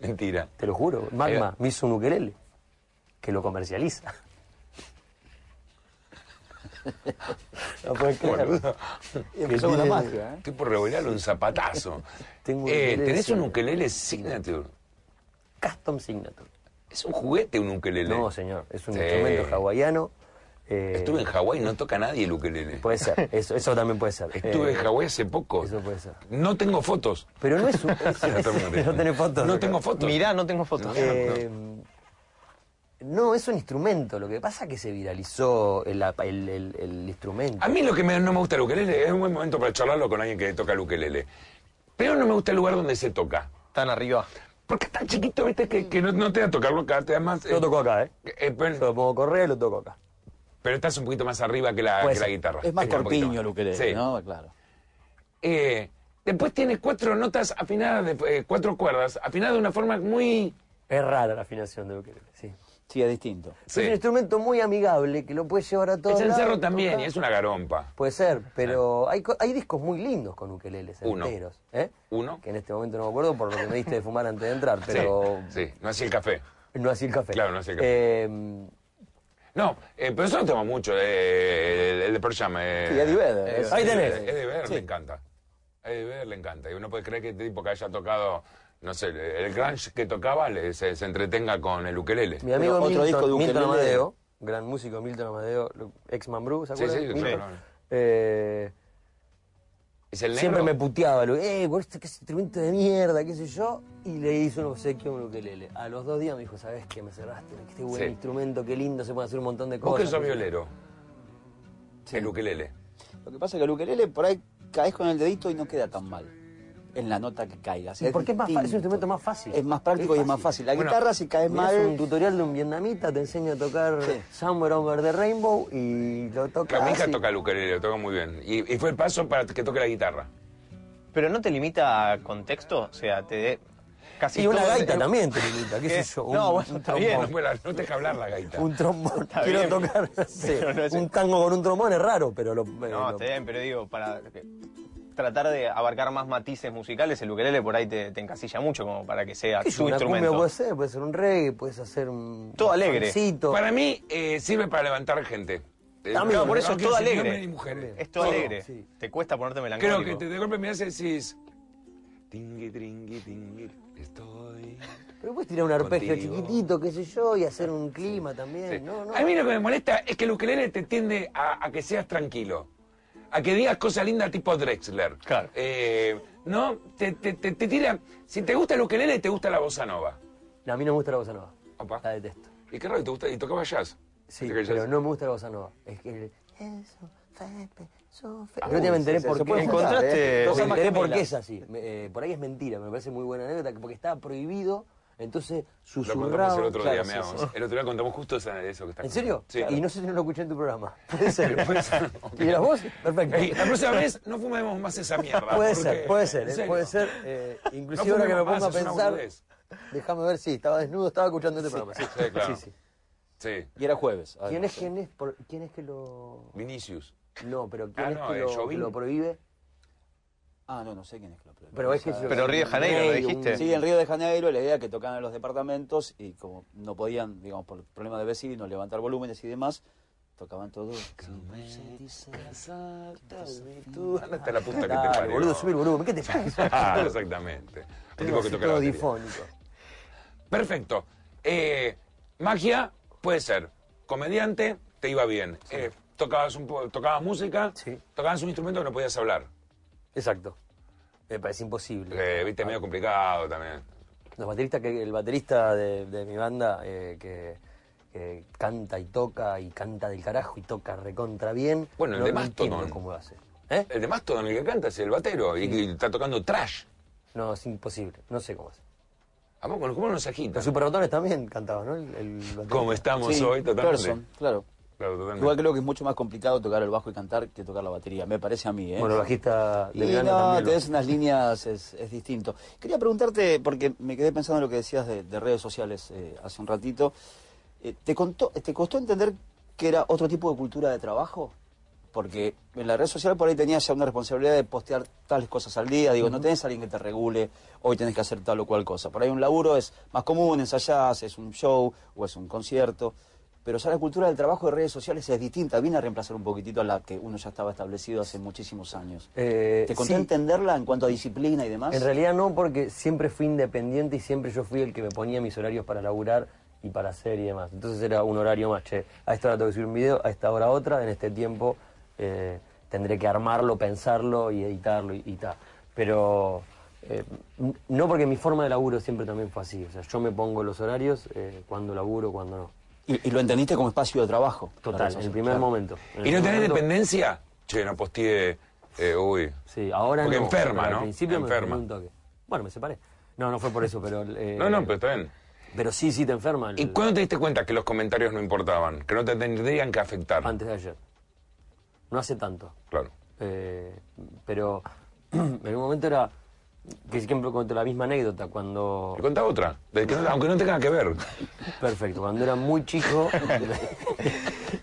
A: Mentira.
D: Te lo juro.
A: Ahí
D: Magma
A: va.
D: me hizo un ukelele que lo
A: [LAUGHS]
D: comercializa. no puedes creer.
A: Boludo.
E: Y empezó con la
D: tiene-
E: magia, ¿eh?
A: Estoy por revelar un zapatazo.
D: [LAUGHS] Tengo un
A: Eh,
D: ukelele
A: ¿Tenés un
D: signature.
A: ukelele signature?
D: Custom signature.
A: Es un juguete un ukelele.
D: No, señor, es un
A: Sí.
D: instrumento hawaiano. eh,
A: Estuve en Hawái, no toca nadie el ukelele.
D: Puede ser, eso, eso también puede ser.
A: Estuve
D: Eh,
A: en Hawái hace poco.
D: eso puede ser.
A: No tengo fotos.
D: Pero no
A: [LAUGHS]
D: es un. es-
A: Ya todo el mundo
D: no tenés fotos.
A: No tengo fotos.
B: Mirá, no tengo fotos.
D: Eh, no, es un instrumento. Lo que pasa es que se viralizó el, apa- el- el- el instrumento.
A: A mí lo que me- no me gusta el ukelele es un buen momento para charlarlo con alguien que toca el ukelele. Pero no me gusta el lugar donde se toca.
B: Están arriba.
A: Porque es tan chiquito, viste, que, que no, no te da a tocarlo acá. Te da más, eh,
D: Yo toco acá, ¿eh?
A: eh,
D: Yo lo
A: pero,
D: pongo correa y lo toco acá.
A: pero estás un poquito más arriba que la,
D: Puede
A: que la
D: ser.
A: guitarra.
E: Es más
A: Está un Este poquito
E: corpiño
A: más.
E: lo que le
A: Sí.
E: ¿no? Claro.
A: Eh, después tiene cuatro notas afinadas, de, eh, cuatro cuerdas, afinadas de una forma muy...
D: Es rara la afinación de lo que. Sí.
E: Sí, es distinto.
A: Sí.
D: Es un instrumento muy amigable que lo puedes llevar a todo.
A: Es el eh, cerro también, y es una garompa.
D: Puede ser, pero hay, co- hay discos muy lindos con ukeleles
A: Uno.
D: enteros. ¿eh?
A: Uno.
D: Que en este momento no me acuerdo por lo que me diste de fumar antes de entrar, pero
A: Sí, sí, no así el café.
D: no así el café.
A: Claro, no así el
D: Eh,
A: No, eh, pero eso no tengo mucho, eh, el, el de Pearl Jam. eh.
E: Y Eddie Vedder, es-
D: ahí tenés.
A: Eddie Vedder le encanta. A Eddie Vedder le encanta. Y uno puede creer que este tipo que haya tocado no sé, el grunge que tocaba le- se, se entretenga con el ukelele.
D: Mi amigo
F: Otro
D: Milton,
F: disco de
D: Milton
F: ukelele.
D: Amadeo, gran músico Milton Amadeo, lo- ex Mambrú, ¿se
A: Sí,
D: acuerdan?
A: sí,
D: Milton.
A: claro.
D: Eh,
A: ¿Es el negro?
D: siempre me puteaba, lo, eh, por este que es instrumento de mierda, qué sé yo, y le hice un obsequio a un ukelele. A los dos días me dijo, ¿sabes qué? Me cerraste, este buen
A: Sí.
D: instrumento, qué lindo, se puede hacer un montón de
A: Vos
D: cosas.
A: que sos violero. El ukelele.
E: Lo que pasa es que el ukelele por ahí caes con el dedito y no queda tan mal en la nota que caigas.
D: ¿Y por qué es más fa- es un
E: distinto.
D: instrumento más fácil?
E: Es más práctico
D: Es
E: y es más
D: fácil.
E: fácil. La
A: Bueno,
E: guitarra si caes
D: Mirás un
E: mal...
D: tutorial de un vietnamita, te enseña a tocar
E: Sí.
D: Somewhere Over the Rainbow y lo toca
A: Claro, mi hija
D: así.
A: toca el ukelele, lo toca muy bien. Y, y fue el paso para que toque la guitarra.
B: Pero no te limita a contexto, o sea, te de- casi
D: Y una
B: todo-
D: gaita también te limita, qué
B: ¿Qué?
D: sé yo.
B: Eh, No, bueno, está bien.
A: No, bueno, no te deja hablar la gaita.
D: Un trombón.
B: Está
D: Quiero
B: bien,
D: tocar
B: pero
D: sí,
B: no es-
D: un tango con un trombón es raro, pero lo. eh,
B: No,
D: lo-
B: está bien, pero digo, para que- tratar de abarcar más matices musicales, el ukelele por ahí te, te encasilla mucho como para que sea
D: ¿Qué sé yo?
B: tu
D: una cumbia
B: instrumento.
D: puede ser, puede ser un reggae, puedes hacer un.
B: Todo alegre.
D: pancito.
A: Para mí eh, sirve para levantar gente. Eh,
B: Claro, por eso
A: no
B: es
A: quiero
B: todo
A: decir ni
B: alegre.
A: hombres ni mujeres.
B: Es todo
A: Todo.
B: alegre.
D: sí.
B: Te cuesta ponerte melancólico.
A: Creo que te, de golpe me haces decís. Tingui, tringui, tingui, estoy.
D: Pero puedes tirar un arpegio
A: Contigo.
D: chiquitito, qué sé yo, y hacer un clima también. No, no.
A: A mí lo que me molesta es que el ukelele te tiende a, a que seas tranquilo. A que digas cosas lindas tipo Drexler.
B: Claro.
A: Eh, no, te, te, te- te tira. Si te gusta el ukelele, te gusta la bossa nova.
D: No, a mí no me gusta la bossa nova.
A: Opa.
D: La detesto.
A: Y qué raro, te gusta. Y tocaba jazz.
D: Sí,
A: Viste que
D: pero
A: jazz-
D: no me gusta la bossa nova. Es que. el- Eso, Fepe, Sofe.
A: Ah,
D: Yo te me
A: uy,
D: enteré
E: se-
D: por
E: se
D: qué.
E: puede
B: juntar, ¿eh?
D: Me
B: Dos
E: almas
D: enteré por
E: gemelas.
D: qué es así. Me- eh, por ahí es mentira, me parece muy buena anécdota, porque estaba prohibido, entonces
A: Lo contamos
D: susurraba.
A: el otro
D: Claro,
A: día,
D: sí,
A: me
D: sí,
A: hago. El otro día contamos justo esa- eso que está.
D: ¿En serio?
A: Sí.
D: Y no sé si no lo escuché en tu programa. [LAUGHS] Puede ser.
A: Puede [LAUGHS] ser, ok.
D: ¿Y las vos? Perfecto.
A: Ey, la próxima vez no fumemos más esa mierda.
D: [LAUGHS] Puede
A: porque-
D: ser, puede ser,
A: en
D: eh,
A: serio.
D: puede ser. eh, inclusive
A: No
D: ahora que me
A: fumemos
D: pongo a
A: más, es una
D: pensar.
A: boludez.
D: Déjame ver si estaba desnudo, estaba escuchando este programa.
A: Sí, claro. Sí.
F: Y era jueves.
D: ¿Quién
F: además.
D: es, quién, es, por- ¿Quién es que lo.?
A: Vinicius.
D: No, pero ¿quién
A: Ah,
D: es
A: no,
D: que,
A: eh,
D: lo, que
A: Jobim.
D: lo prohíbe?
E: Ah, no, no sé quién es que lo prohíbe.
D: Pero es que.
B: Pero Río de Janeiro, lo
D: Rey, un-
B: dijiste.
E: Sí, en Río de Janeiro la idea era que tocaban en los departamentos y como no podían, digamos, por problemas de vecinos, levantar volúmenes y demás, tocaban todo.
A: Hasta la puta que te
D: Dale,
A: parió.
D: boludo, subí el volumen. ¿Qué te pasa?
A: Ah, exactamente. [LAUGHS] El tipo que
D: Así
A: toca la
D: todo
A: batería.
D: difónico.
A: Perfecto. Eh, magia puede ser. Comediante, te iba bien. Eh, tocabas, un po- tocabas música,
D: Sí.
A: tocabas un instrumento que no podías hablar.
D: Exacto. Me parece imposible.
A: Eh, Viste, medio complicado también.
D: Los bateristas que, el baterista de, de mi banda eh, que, que canta y toca y canta del carajo y toca recontra bien.
A: Bueno, el
D: no,
A: de
D: no
A: Mastodon.
D: entiendo cómo hace. ¿Eh?
A: El de Mastodon, el que canta, es el batero. Y, y está tocando trash.
D: No, es imposible. No sé cómo hace.
A: ¿A poco? ¿Cómo nos agita?
D: Los superbotones también cantaban, ¿no? El, el baterista.
A: Como estamos
E: Sí,
A: hoy, totalmente.
E: Person, claro.
A: Claro, totalmente.
E: Igual creo que es mucho más complicado tocar el bajo y cantar que tocar la batería, me parece a mí, ¿eh?
D: Bueno, el bajista de
E: Y
D: mi banda
E: no,
D: también. lo-
E: tenés unas líneas, es, es distinto. Quería preguntarte, porque me quedé pensando en lo que decías de, de redes sociales eh, hace un ratito. Eh, ¿te, contó- ¿Te costó entender que era otro tipo de cultura de trabajo? Porque en la red social por ahí tenías ya una responsabilidad de postear tales cosas al día. Digo, no tenés alguien que te regule, hoy tenés que hacer tal o cual cosa. Por ahí un laburo es más común, ensayás, es un show o es un concierto. Pero ya la cultura del trabajo de redes sociales es distinta, viene a reemplazar un poquitito a la que uno ya estaba establecido hace muchísimos años.
D: Eh,
E: ¿Te costó
D: sí.
E: entenderla en cuanto a disciplina y demás?
D: En realidad no, porque siempre fui independiente y siempre yo fui el que me ponía mis horarios para laburar y para hacer y demás. Entonces era un horario más, che, a esta hora tengo que subir un video, a esta hora otra, en este tiempo eh, tendré que armarlo, pensarlo y editarlo y, y tal. Pero eh, n- no porque mi forma de laburo siempre también fue así. O sea, yo me pongo los horarios eh, cuando laburo, cuando no.
E: Y, y lo entendiste como espacio de trabajo.
D: Total, en el primer
E: Claro.
D: momento. En el
A: ¿Y no
D: primer
A: tenés
D: momento-
A: dependencia? Che, no posteé. eh, uy.
D: Sí, ahora
A: Porque
D: no.
A: enferma,
D: pero
A: ¿no?
D: Al principio
A: Enferma.
D: me preguntó que... Bueno, me separé. No, no fue por eso, pero... eh,
A: No, no, pero está bien.
D: Pero sí, sí te enferma. el-
A: ¿Y cuándo te diste cuenta que los comentarios no importaban? Que no te tendrían que afectar.
D: Antes de ayer. No hace tanto.
A: Claro.
D: Eh, pero [CLEARS THROAT] en un momento era... Que siempre cuento la misma anécdota. Cuando...
A: Y contá otra, de que no- aunque no tenga que ver. [LAUGHS]
D: Perfecto. Cuando era muy chico... [LAUGHS]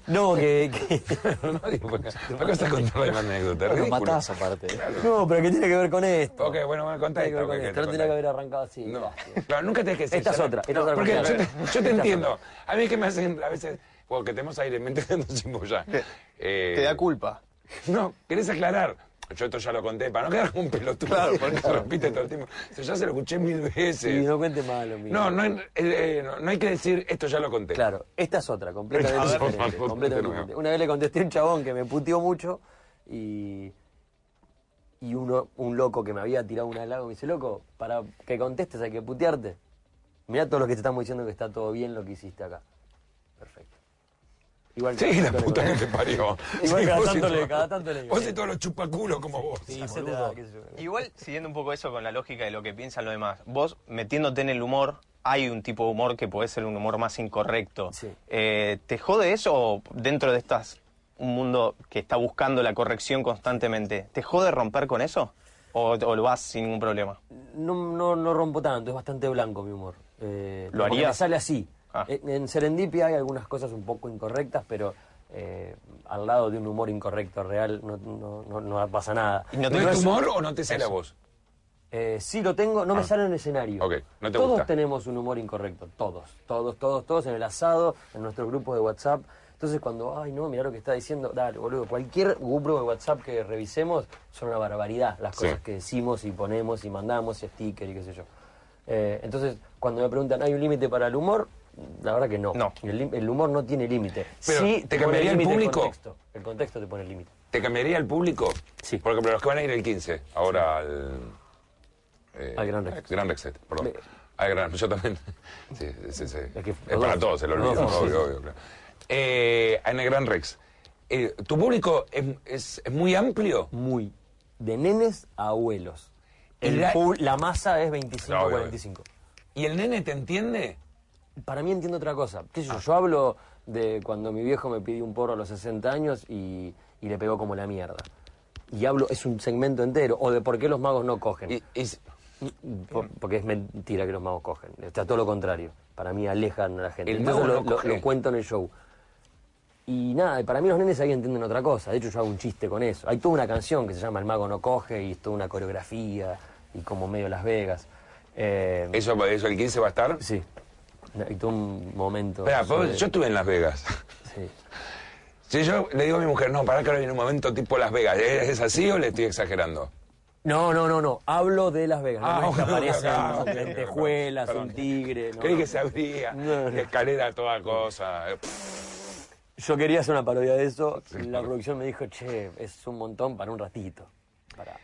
D: no, que... que- [LAUGHS]
A: No, digo, ¿Para qué- para qué vas a contar la misma anécdota? Es
E: Lo
A: ridículo.
E: matás aparte.
D: eh. No, pero que tiene que ver con esto.
A: Ok, bueno, bueno, contá
D: Tiene que
A: esta,
D: ver con
A: ok,
D: esto.
A: ok,
D: No tenía que
A: contá.
D: haber arrancado así.
A: No,
D: gracias.
A: claro, nunca tenés que decir.
D: Esta es
A: ya-
D: otra, esta es otra
A: Porque yo
D: cuestión.
A: te, yo te entiendo. A mí es que me hacen a veces, [LAUGHS] porque tenemos aire, me entiendo ya.
B: Te da culpa.
A: No, querés aclarar. Yo esto ya lo conté, para no quedar como un pelotudo. [LAUGHS] porque se repite todo el tiempo. Esto ya se lo escuché mil
D: Y
A: veces.
D: no cuente más lo mismo.
A: no, no, hay- eh, eh, no, no hay que decir, esto ya lo conté.
D: Claro, esta es otra, completamente
A: Esta es otra, completamente
D: diferente, completamente
A: nueva.
D: diferente. Una vez le contesté a un chabón que me puteó mucho y, y uno, un loco que me había tirado un halago me dice, loco, para que contestes hay que putearte. Mirá todo lo que te estamos diciendo que está todo bien lo que hiciste acá. Perfecto. Igual
A: Sí, la puta que
D: que
A: te parió.
D: Igual
A: Sí,
D: cada
A: vos y
D: tanto le-
A: todo-
D: cada tanto le digo.
A: Vos y todos los chupaculos como vos.
D: Sí, boludo, qué sé yo.
B: Igual, siguiendo un poco eso con la lógica de lo que piensan los demás, vos metiéndote en el humor, hay un tipo de humor que puede ser un humor más incorrecto.
D: Sí.
B: Eh, ¿Te jode eso o dentro de estas, un mundo que está buscando la corrección constantemente, ¿te jode romper con eso? ¿O, o lo vas sin ningún problema?
D: No, no, no rompo tanto, es bastante blanco mi humor. Eh,
B: ¿Lo
D: porque
B: harías?
D: me sale así.
B: Ah.
D: Eh, En Serendipia hay algunas cosas un poco incorrectas, pero eh, al lado de un humor incorrecto real no, no- no- no pasa nada.
B: Y no
A: ¿No
B: te-
A: es humor o no te sale a vos?
D: Eh, sí lo tengo, no me sale en el escenario.
A: Ah. Ok, no te
D: todos
A: gusta.
D: tenemos un humor incorrecto, todos, todos, todos, todos en el asado, en nuestros grupos de WhatsApp. Entonces cuando, ay no, mirá lo que está diciendo, dale, boludo, cualquier grupo de WhatsApp que revisemos son una barbaridad las
A: Sí.
D: cosas que decimos y ponemos y mandamos y sticker y qué sé yo. Eh, entonces cuando me preguntan, ¿hay un límite para el humor? La verdad que no.
B: No.
D: El, lim- el humor no tiene límite.
A: Pero,
D: sí,
A: ¿te
D: pone
A: cambiaría el
D: límite
A: público?
D: contexto. El contexto te pone el límite.
A: ¿Te cambiaría el público?
D: Sí.
A: Por ejemplo, los que van a ir el 15, ahora al. eh,
D: Al Gran Rex.
A: Gran Set, perdón.
D: Me-
A: Al Gran yo también. [LAUGHS] Sí, sí, sí. Es,
D: Es que-
A: para todos, se lo olvido,
D: No, sí,
A: obvio,
D: sí.
A: obvio. claro. Eh, en el Gran Rex. eh, ¿Tu público es, es- es muy amplio?
D: muy de nenes a abuelos.
A: Y
D: El
A: la-
D: pu- la masa es 25
A: Obvio, obvio.
D: 45.
A: ¿Y el nene te entiende?
D: Para mí entiendo otra cosa. ¿Qué sé
A: Ah.
D: yo? Yo hablo de cuando mi viejo me pidió un porro a los 60 años y, y le pegó como la mierda. Y hablo, es un segmento entero. O de por qué los magos no cogen.
A: Y- y-
D: Por- porque es mentira que los magos cogen. Está todo lo contrario. Para mí alejan a la gente.
A: El
D: Entonces
A: mago
D: lo,
A: no
D: lo-
A: coge.
D: lo cuento en el show. Y nada, y para mí los nenes ahí entienden otra cosa. De hecho, yo hago un chiste con eso. Hay toda una canción que se llama El mago no coge y es toda una coreografía y como medio Las Vegas. Eh,
A: ¿Eso, ¿Eso el 15 va a estar?
D: Sí. Hay todo un momento.
A: Esperá, vos-
D: sobre-
A: yo estuve en Las Vegas. [LAUGHS]
D: sí.
A: Si yo le digo a mi mujer, no, para que ahora viene un momento tipo Las Vegas, ¿es es así o le estoy exagerando?
D: No, no, no, no. Hablo de Las Vegas.
A: Ah,
D: no es que
A: ok, ok,
D: aparecen
A: ok, ok,
D: lentejuelas,
A: perdón.
D: un tigre. no,
A: Creí
D: no.
A: que se abría,
D: No, no.
A: escalera, toda cosa. eh, pff,
D: Yo quería hacer una parodia de eso. la producción me dijo, che, es un montón para un ratito. Para...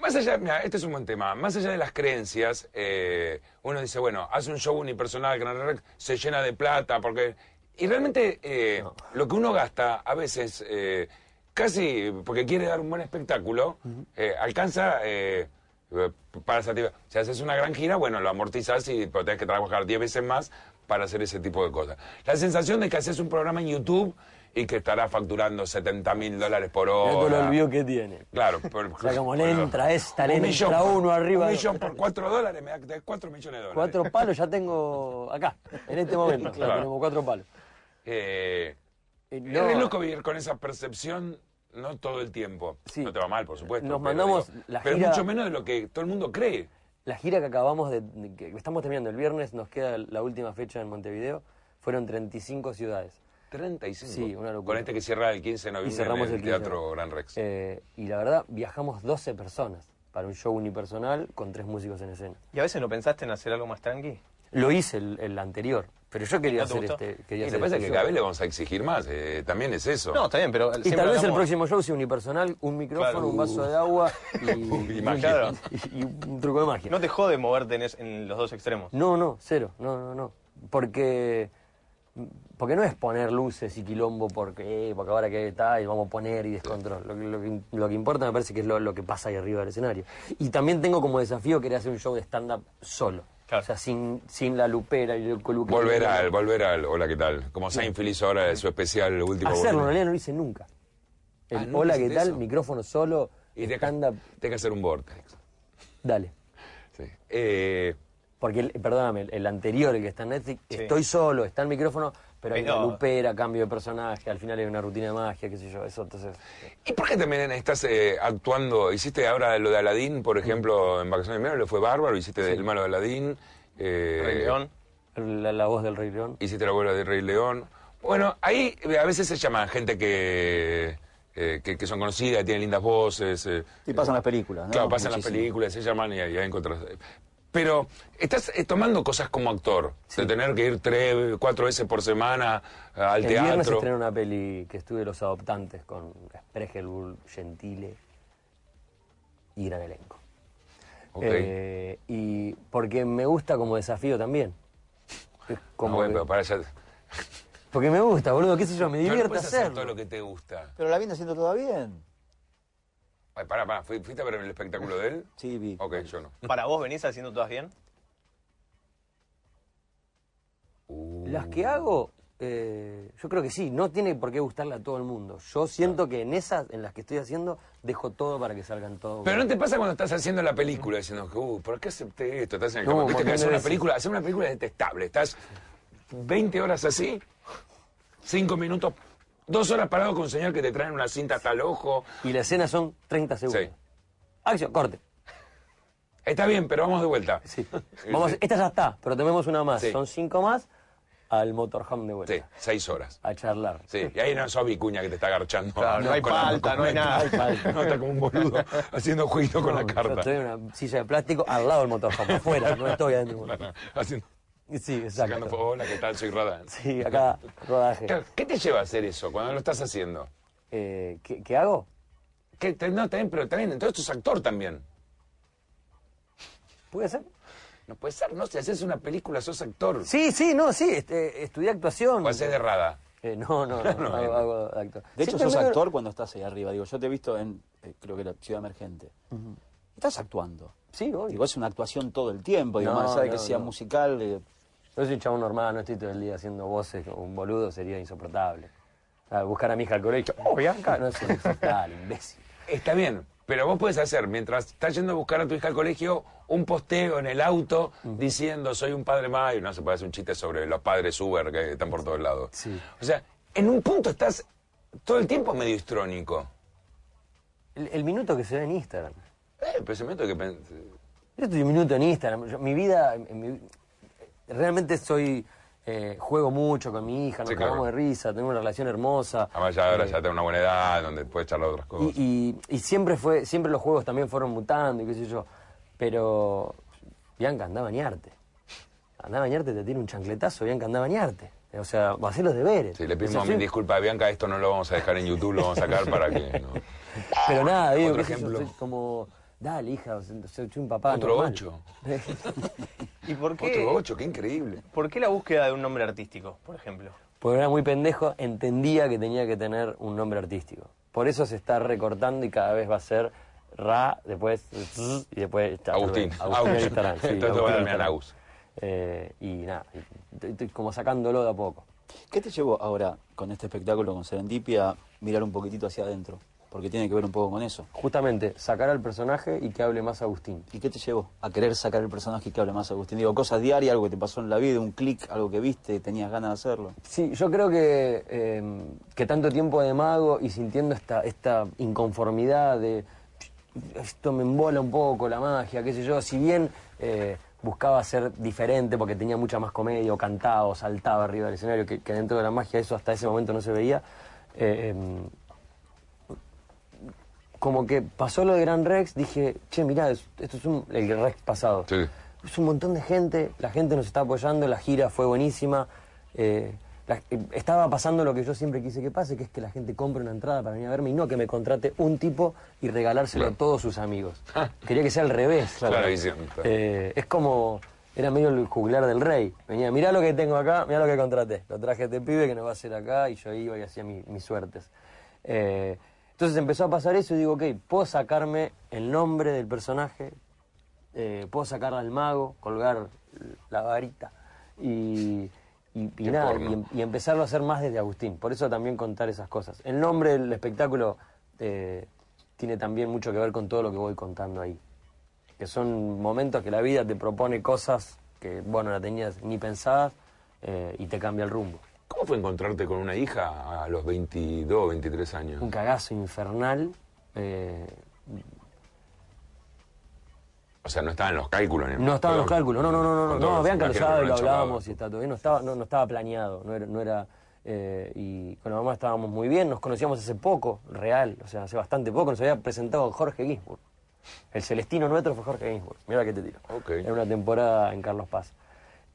A: Más allá, mira, este es un buen tema. Más allá de las creencias, eh, uno dice, bueno, hace un show unipersonal, Gran Rex, se llena de plata, porque. Y realmente eh, lo que uno gasta a veces, eh, casi porque quiere dar un buen espectáculo, eh, alcanza. eh, eh, para satisfacer. Si haces una gran gira, bueno, lo amortizás y pero tenés que trabajar 10 veces más para hacer ese tipo de cosas. La sensación de que haces un programa en YouTube y que estarás facturando 70 mil dólares por hora.
D: Mirá todo lo olvido que tiene. [LAUGHS]
A: Claro, pero.
D: sea, como le entra esta, le entra
A: por-
D: uno arriba
A: Un
D: de-
A: millón por cuatro dólares, me da 4 millones de dólares.
D: Cuatro palos ya tengo acá, en
A: [LAUGHS]
D: este momento.
A: Claro.
D: Ya tenemos cuatro palos.
A: Eh,
D: Eh,
A: Es
D: no,
A: re loco vivir con esa percepción, no todo el tiempo.
D: Sí.
A: No te va mal, por supuesto.
D: Nos
A: pero
D: mandamos
A: digo,
D: la
A: Pero
D: gira-
A: mucho menos de lo que todo el mundo cree.
D: La gira que acabamos de. que estamos terminando el viernes, nos queda la última fecha en Montevideo. Fueron 35 ciudades.
A: 35.
D: Sí, una locura.
A: Con este que cierra el 15 de
D: Y
A: noviembre
D: cerramos
A: en
D: el
A: el,
D: 15.
A: Teatro Gran Rex.
D: Eh, y la verdad, viajamos 12 personas para un show unipersonal con tres músicos en escena.
B: ¿Y a veces no pensaste en hacer algo más tranqui?
D: Lo hice el, el anterior, pero yo quería
B: ¿No te
D: hacer
B: gustó?
D: este.
A: y
D: Quería
A: lo
D: hacer
A: que pasa es que
D: este show.
A: cada vez le vamos a exigir más. eh, también es eso.
B: No, está bien, pero...
D: Y
B: siempre
D: tal vez el
B: hablamos-
D: próximo show sea unipersonal, un micrófono,
B: Claro.
D: un vaso de agua y,
A: Uy,
D: y-
A: magia.
D: y- y un truco de magia.
B: No te jode moverte en, es- en los dos extremos.
D: No, no, cero, no, no, no. Porque, porque no es poner luces y quilombo porque, eh, porque ahora que está y vamos a poner y descontrol. Lo, que- lo que, lo que importa me parece que es lo, lo que pasa ahí arriba del escenario. Y también tengo como desafío querer hacer un show de stand-up solo.
B: Claro.
D: O sea, sin, sin la lupera y el coluque.
A: Volver al, volver al. Hola, ¿qué tal? Como Seinfeld hizo ahora de su especial último.
D: Hacerlo, en
A: volumen.
D: realidad no lo hice nunca. El
A: Ah, ¿nunca
D: hola, ¿qué
A: hiciste
D: tal?
A: eso?
D: Micrófono solo,
A: Y tenés
D: stand-up,
A: que, tenés que hacer un vortex.
D: dale.
A: Sí. Eh,
D: Porque, el- perdóname, el, el anterior, el que está en Netflix,
B: Sí.
D: estoy solo, está el micrófono, pero hay
B: Pero-
D: una lupera, cambio de personaje, al final hay una rutina de magia, qué sé yo, eso, entonces...
A: ¿Y por qué también estás eh, actuando? Hiciste ahora lo de Aladín, por ejemplo, en Vacaciones de Invierno, le fue bárbaro, hiciste El Malo de Aladín. eh,
B: Rey León.
D: La, la voz del Rey León.
A: Hiciste la abuela de Rey León. Bueno, ahí eh, a veces se llama gente que eh, que, que son conocidas, tienen lindas voces. eh,
E: Y pasan las películas, ¿no?
A: Claro, pasan las
E: Muchísimo.
A: películas, se llaman y ahí ahí encontrás. Pero estás eh, tomando cosas como actor, de tener que ir tres, cuatro veces por semana eh, al
D: el viernes
A: teatro.
D: estrenó una peli que estuve Los Adoptantes con Spregelbull, Gentile y gran elenco.
A: Ok. Ah,
D: Eh, y porque me gusta como desafío también. Es
A: Ah,
D: Como
A: bueno,
D: que-
A: pero para allá.
D: Porque me gusta, boludo, qué sé yo, me
A: No, no
D: divierte
A: puedes hacer todo
D: hacerlo.
A: lo que te gusta.
E: Pero la viene haciendo todo bien.
A: Ay, pará, pará, ¿fui- ¿fuiste a ver el espectáculo de él?
E: Sí, vi.
A: Ok, yo no.
B: ¿Para vos venís haciendo todas bien?
D: Las que hago, eh, yo creo que sí, no tiene por qué gustarle a todo el mundo. Yo siento que en esas, en las que estoy haciendo, dejo todo para que salgan todos.
A: Pero no te pasa cuando estás haciendo la película diciendo, uh, ¿por qué acepté esto? Estás en el
D: No,
A: cama.
D: un
A: Viste que
D: montón de
A: hacer una
D: veces.
A: película, hacer una película es detestable. Estás 20 horas así, 5 minutos, 2 horas parado con un señor que te traen una cinta hasta el ojo.
D: Y la escena son 30 segundos.
A: Sí.
D: Acción, corte.
A: Está bien, pero vamos de vuelta. [LAUGHS]
D: Sí. Vamos, esta ya está, pero tomemos una más.
A: Sí.
D: Son cinco más al motorhome de vuelta.
A: Sí, 6 horas.
D: A charlar.
A: Sí, y ahí no sos vicuña que te está agarchando.
B: Claro, no hay
A: Con la
B: falta, no hay nada.
A: cometa. [LAUGHS] No, está como un boludo haciendo jueguito con la
D: No, Yo
A: carta.
D: estoy en una silla de plástico al lado del motorhome,
A: [LAUGHS]
D: afuera, no estoy adentro. del motorhome.
A: Haciendo,
D: Sí,
A: sacando,
D: exacto.
A: hola, ¿qué tal? Soy Radán.
D: Sí, acá, rodaje.
A: Claro, ¿Qué te lleva a hacer eso cuando lo estás haciendo?
D: Eh, ¿qué, qué hago?
A: Que te- no, también, pero también, entonces tú sos actor también.
D: ¿Puede ser?
A: No puede ser, no, si haces una película sos actor.
D: Sí, sí, no, sí, este, estudié actuación.
A: O haces de Rada.
D: Eh, no, no, no, hago, hago de actor.
E: De hecho,
D: Siempre
E: sos
D: me-
E: actor cuando estás ahí arriba. Digo, yo te he visto en, eh, creo que era Ciudad Emergente. Estás actuando.
D: Sí, obvio.
E: Digo, es una actuación todo el tiempo. Digo,
D: No,
E: más allá de
D: no,
E: que sea
D: no.
E: musical. eh,
D: Yo soy un chabón normal, no estoy todo el día haciendo voces como un boludo, sería insoportable. A buscar a mi hija al colegio. ¡Oh, Bianca! No es insoportable, imbécil.
A: Está bien, pero vos puedes hacer, mientras estás yendo a buscar a tu hija al colegio, un posteo en el auto diciendo soy un padre más y no se puede hacer un chiste sobre los padres Uber que están por todos lados.
D: Sí.
A: O sea, en un punto estás todo el tiempo medio histrónico.
D: El, el minuto que se da en Instagram.
A: Eh, pero se me que pen-
D: Yo estoy un minuto en Instagram. Yo- mi vida, en mi- realmente soy. eh, juego mucho con mi hija, nos
A: Sí, claro.
D: cagamos de risa, tenemos una relación hermosa.
A: Además ya ahora
D: Eh,
A: ya tengo una buena edad donde puedes charlar de otras cosas.
D: Y, y- y siempre fue, siempre los juegos también fueron mutando y qué sé yo. Pero, Bianca, anda a bañarte. Anda a bañarte, te tiene un chancletazo, Bianca, anda a bañarte. O sea, va a hacer los deberes.
A: Sí, le
D: O sea,
A: pedimos
D: yo-
A: mil disculpas a Bianca, esto no lo vamos a dejar en YouTube, lo vamos a sacar para que... [LAUGHS] no.
D: Pero nada, digo,
A: Otro
D: qué sé yo,
A: ejemplo.
D: soy como, dale, hija, o sea, soy un papá
A: Otro
D: normal.
A: ocho.
D: [LAUGHS]
B: ¿Y por qué,
A: Otro ocho, qué increíble.
B: por qué la búsqueda de un nombre artístico, por ejemplo?
D: Porque era muy pendejo, entendía que tenía que tener un nombre artístico. Por eso se está recortando y cada vez va a ser Ra, después Zzz, y después está-
A: Agustín.
D: Agustín
A: Agus.
D: Aristarán, sí,
A: Entonces
D: Agustín
A: va a terminar
D: Aristarán.
A: Agus.
D: Eh, y nada, y estoy- estoy como sacándolo de a poco.
E: ¿Qué te llevó ahora con este espectáculo, con Serendipia, a mirar un poquitito hacia adentro? Porque tiene que ver un poco con eso.
D: Justamente, sacar al personaje y que hable más Agustín.
E: ¿Y qué te llevó a querer sacar el personaje que hable más Agustín? Digo, cosas diarias, algo que te pasó en la vida, un clic, algo que viste, y tenías ganas de hacerlo.
D: Sí, yo creo que, eh, que tanto tiempo de mago y sintiendo esta, esta inconformidad de "Ch, esto me embola un poco la magia, qué sé yo, si bien eh, buscaba ser diferente porque tenía mucha más comedia o cantaba o saltaba arriba del escenario, que, que dentro de la magia eso hasta ese momento no se veía, eh, em, como que pasó lo de Gran Rex, dije, che, mirá, es- esto es un, el Rex pasado.
A: Sí.
D: Es un montón de gente, la gente nos está apoyando, la gira fue buenísima. eh, la- eh, estaba pasando lo que yo siempre quise que pase, que es que la gente compre una entrada para venir a verme y no que me contrate un tipo y regalárselo a todos sus amigos. Quería que sea al revés.
A: Claro, ahí sí, claro.
D: Eh, es como, era medio el juglar del rey. Venía, mirá lo que tengo acá, mirá lo que contraté. Lo traje a este pibe que nos va a hacer acá y yo iba y hacía mi- mis suertes. Eh, entonces empezó a pasar eso y digo, ok, puedo sacarme el nombre del personaje, eh, puedo sacar al mago, colgar la varita y, y, y
A: Qué
D: nada,
A: porno.
D: y em- y empezarlo a hacer más desde Agustín. Por eso también contar esas cosas. El nombre del espectáculo eh, tiene también mucho que ver con todo lo que voy contando ahí. Que son momentos que la vida te propone cosas que, bueno, no tenías ni pensadas eh, y te cambia el rumbo.
A: ¿Cómo fue encontrarte con una hija a los 22, 23 años?
D: Un cagazo infernal. eh,
A: O sea, no estaban los cálculos. ni-
D: no estaban los
A: perdón.
D: cálculos. No, no, no, no.
A: Con
D: No,
A: todos
D: vean que lo
A: imagino
D: sabe,
A: no
D: lo
A: han charlado.
D: hablábamos y está todo bien. No estaba, no, no estaba planeado. No era, no era eh, y con la mamá estábamos muy bien, nos conocíamos hace poco, real, o sea, hace bastante poco, nos había presentado Jorge Ginsburg. El celestino nuestro fue Jorge Ginsburg, mira que te tiro.
A: Ok.
D: Era una temporada en Carlos Paz.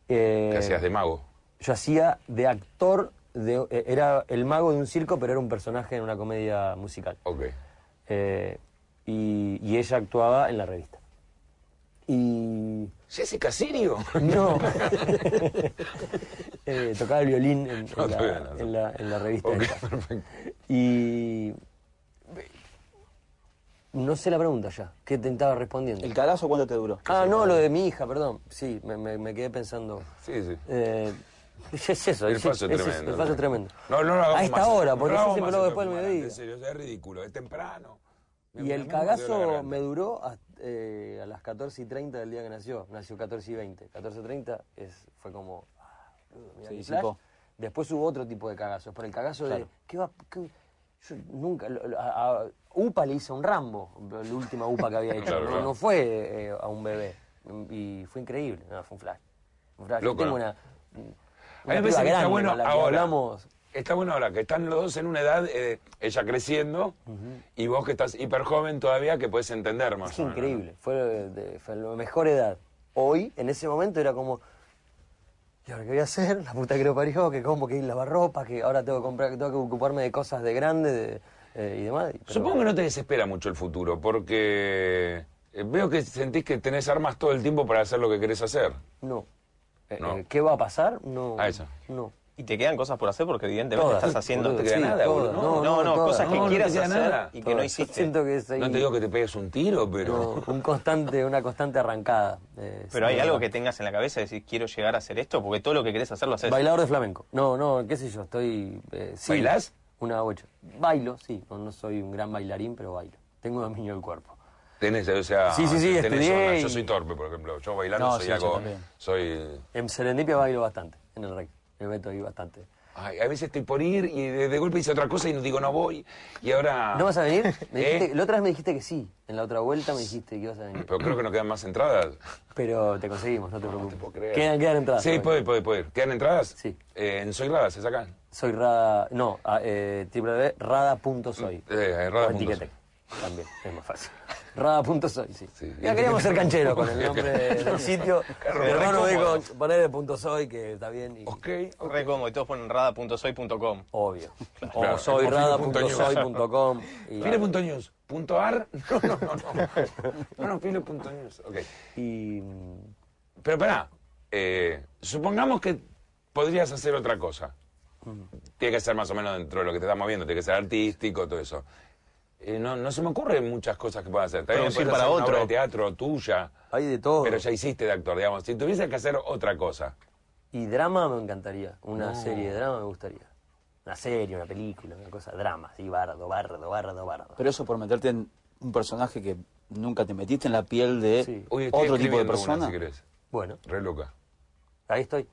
D: Eh,
A: ¿Qué hacías de mago?
D: yo hacía de actor, de, eh, era el mago de un circo, pero era un personaje en una comedia musical.
A: Ok.
D: Eh, y, y ella actuaba en la revista. Y
A: ¿Jessica Sirio?
D: no. Eh, tocaba el violín en, en
A: No,
D: la,
A: todavía no.
D: en la- en la revista.
A: Ok,
D: esta.
A: perfecto.
D: Y no sé la pregunta ya. ¿Qué te estaba respondiendo?
E: ¿El cagazo cuánto te duró?
D: Ah, no, lo de mi hija, perdón. Sí, me, me- me quedé pensando.
A: [LAUGHS] Sí, sí.
D: Eh, es es eso.
A: El
D: es-
A: paso
D: es-
A: es
D: es-
A: tremendo.
D: El paso es tremendo.
A: No, no lo hagamos
D: A esta
A: más.
D: hora,
A: No
D: porque
A: lo
D: yo
A: hagamos más
D: siempre lo hago
A: esto,
D: después del
A: Juan,
D: mediodía.
A: En serio, es ridículo, es temprano. Me-
D: Y
A: me-
D: el
A: me muero de la
D: cagazo
A: garganta.
D: me duró a, eh, a las 14 y 30 del día que nació. Nació 14 y 20. 14 y 30 es, fue como... ah, boludo, mirá
E: Se
D: mi
E: disipó.
D: flash. Después hubo otro tipo de cagazos. Pero el cagazo de... ¿Qué va? qué- yo nunca... lo- lo- a- a- UPA le hice a un Rambo. La última UPA que
A: [LAUGHS]
D: había hecho.
A: Claro,
D: no,
A: claro.
D: no fue eh, a un bebé. Y fue increíble. No, fue un flash. Un flash. Yo
A: Loco,
D: tengo
A: ¿no?
D: una...
A: A
D: una
A: mí me
D: piba
A: parece que está
D: grande
A: bueno
D: con la que
A: ahora.
D: hablamos...
A: Está bueno ahora, que están los dos en una edad, eh, ella creciendo, y vos que estás hiper joven todavía, que puedes entender más.
D: Es
A: o menos, ¿no?
D: increíble, fue, de- fue la mejor edad. Hoy, en ese momento, era como, ¿y ahora qué voy a hacer? La puta que lo parió, que como que ir a lavar ropa, que ahora tengo que comprar, tengo que ocuparme de cosas de grande de- eh, y demás. Pero-
A: Supongo que no te desespera mucho el futuro, porque eh, veo que sentís que tenés armas todo el tiempo para hacer lo que querés hacer.
D: No. Eh,
A: No.
D: eh, ¿Qué va a pasar? No.
A: A eso.
D: No.
B: Y te quedan cosas por hacer porque evidentemente
D: Todas.
B: estás haciendo...
A: Boludo, te queda nada,
D: todas,
A: boludo.
B: No, no,
D: todas,
B: cosas que
A: No, no te
B: quieras
A: queda
B: hacer
A: nada.
B: y que
D: todas.
B: no
D: Yo
B: hiciste.
D: siento que es ahí-
A: No te digo que te pegues un tiro, pero...
D: no, un constante, una constante arrancada. eh,
B: Pero
D: sin
B: hay
D: duda.
B: algo que tengas en la cabeza y decir, quiero llegar a hacer esto, porque todo lo que querés hacer lo haces.
D: Bailador de flamenco. No, no, qué sé yo, estoy... eh, sí,
A: ¿Bailás?
D: Una ocho. Bailo, sí. No, no soy un gran bailarín, pero bailo. Tengo dominio del cuerpo.
A: [LAUGHS] Tenés, o sea,
D: Sí, sí, sí,
A: tenés
D: estudié
A: onda.
D: y-
A: Yo soy torpe, por ejemplo. Yo bailando
E: No,
A: soy
E: sí, yo
A: algo...
E: también.
A: Soy...
D: En Serendipia bailo bastante, en el rec. Me meto ahí bastante.
A: Ay, a veces estoy por ir y de, de golpe hice otra cosa y no digo no voy. Y ahora...
D: ¿No vas a
A: [LAUGHS]
D: venir? Me
A: Ah. ¿Eh?
D: dijiste- la otra vez me dijiste que sí. En la otra vuelta me dijiste que ibas a venir.
A: Pero creo que no quedan más entradas.
D: Pero te conseguimos, no te preocupes.
A: puedo creer.
D: Quedan, quedan entradas.
A: Sí, pues. puede, puede, puede. ir. ¿Quedan entradas?
D: Sí.
A: Eh, en Soy Rada se sacan.
D: Soy Rada... No, a- eh, www.rada.soy.
A: Eh, Rada
D: O
A: punto
D: Etiquetec. También, es
A: [LAUGHS]
D: más fácil. Rada.soy, sí.
A: Sí.
D: Ya queríamos ser cancheros con el
A: [LAUGHS]
D: nombre del sitio. Pero no nos
A: recómodo.
D: dijo poner el punto soy, que está bien. y-
A: Ok. ok.
B: Re cómodo, y todos ponen rada.soy.com.
D: Obvio.
A: [LAUGHS] Claro,
D: O soy
A: como [LAUGHS]
D: rada.soy.com. y-
A: pues, Filo.news. ¿Punto ar? [LAUGHS] No, no, no. No, no, no filo.news. Ok.
D: Y. mm,
A: Pero pará. eh, supongamos que podrías hacer otra cosa. Tiene que ser más o menos dentro de lo que te está moviendo. Tiene que ser artístico, todo eso. Eh, no, no se me ocurren muchas cosas que puedas hacer. Tal vez
B: Producir
A: puedes
B: para
A: hacer una
B: otro.
A: obra de teatro tuya.
D: Hay de todo.
A: Pero ya hiciste de actor, digamos. Si tuvieses que hacer otra cosa.
D: Y drama me encantaría. Una serie de drama me gustaría. Una serie, una película, una cosa. Drama, sí, bardo, bardo, bardo, bardo.
E: Pero eso por meterte en un personaje que nunca te metiste en la piel de
D: Sí.
A: Uy, estoy
E: otro tipo
A: escribiendo
E: de
A: una,
E: persona.
A: si querés.
D: Bueno,
A: Re loca.
D: ahí estoy.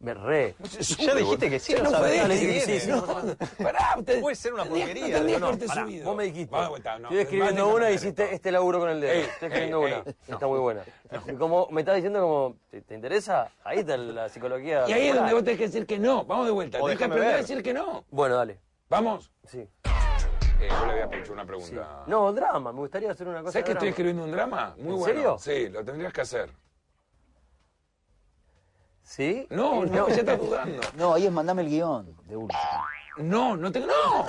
D: Me re.
B: Ya dijiste que sí,
A: Ya
B: no
A: no
B: sabes.
A: podés,
B: Sí,
A: sí,
B: sí,
A: sí,
B: sí.
A: Pará, [LAUGHS] usted-
B: Puede ser una
A: tendrías-
B: porquería,
A: tendrías
B: digo, no,
A: que haberte
B: pará,
A: subido.
D: Vos me dijiste.
A: Va de vuelta, no,
D: Estoy escribiendo
A: vale, no, eh,
D: una y
A: no,
D: hiciste
A: no.
D: este laburo con el dedo.
A: Ey,
D: Estoy escribiendo
A: ey,
D: una.
A: ey.
D: Está muy buena. Y como me estás diciendo como, ¿te, te interesa? Ahí está la psicología.
A: Y ahí es
D: Hola.
A: donde vos tenés que decir que no. Vamos de vuelta. Tenés que
B: déjame
A: aprender a
B: ver.
A: decir que no.
D: Bueno, dale.
A: Vamos.
D: Sí.
A: Eh, yo le había hecho una
D: sí.
A: pregunta.
D: No, drama. Me gustaría hacer una cosa.
A: Ah. ¿Sabés que estoy
D: de drama.
A: escribiendo un drama? Muy
D: ¿En
A: bueno.
D: serio?
A: Sí, lo tendrías que hacer.
D: ¿Sí?
A: No,
D: Eh,
A: no, ya estás dudando.
E: No, ahí es mandame el guión de uno.
A: No, no te. ¡No!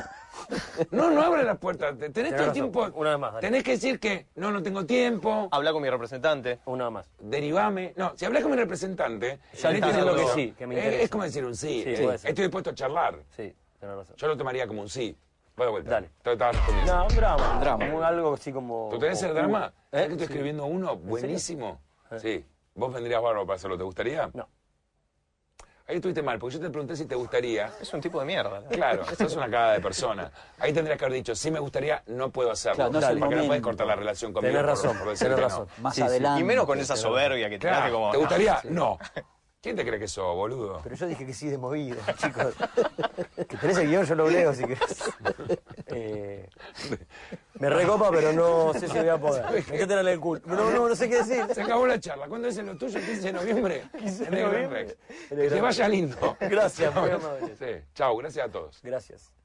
A: No, no abres las puertas. Te- Tenés
D: Tenés
A: todo el
D: razón.
A: tiempo.
D: Una vez más, dale.
A: Tenés que decir que no, no tengo tiempo.
B: Habla con mi representante.
D: Una más.
A: derivame. No, si hablas con mi representante,
D: Ya
A: le dices
D: está diciendo
A: algo.
D: que sí, que me
A: Es-
D: interesa.
A: Es como decir un sí.
D: Sí,
A: Eh,
D: puede ser.
A: Estoy dispuesto a charlar.
D: Sí, tenés razón.
A: Yo lo tomaría como un sí. Va de vuelta.
D: Dale.
A: Te- estabas respondiendo.
D: No, un drama. Un
E: drama.
D: Como algo así como.
A: ¿Tú tenés el
D: como-
A: drama?
D: ¿Eh?
A: ¿Sabés que estoy
D: Sí. Eh.
A: escribiendo uno buenísimo? Sí. ¿Vos vendrías bárbaro para hacerlo? ¿Te gustaría?
D: No.
A: Ahí estuviste mal, porque yo te pregunté si te gustaría.
B: Es un tipo de mierda. ¿no?
A: Claro, sos una cagada de persona. Ahí tendrías que haber dicho, sí me gustaría, no puedo hacerlo.
E: Claro, no es el
A: porque no
E: momento.
A: puedes cortar la relación conmigo.
D: Tenés
A: por-
D: razón,
A: por decir
D: tenés
A: que no.
D: razón.
E: Más
D: Sí, sí.
E: adelante.
B: Y menos con esa soberbia que te
A: Claro,
D: [LAUGHS]
B: hace como...
A: ¿te gustaría? No. ¿Quién te cree que sos, boludo?
D: Pero yo dije que sí de movido, [LAUGHS] chicos. que tenés el guión, yo lo leo
A: [LAUGHS]
D: si querés. Eh, me recopa, pero no sé si voy
A: [LAUGHS]
D: a poder. Me quedé tenerle el culo. No, no, no sé qué decir.
A: Se acabó la charla. ¿Cuándo es en lo tuyo? 15 de
D: [LAUGHS]
A: noviembre. 15
D: de noviembre.
A: Que te vaya lindo.
D: Gracias, muy amable.
A: Sí. Chau, gracias a todos.
D: Gracias.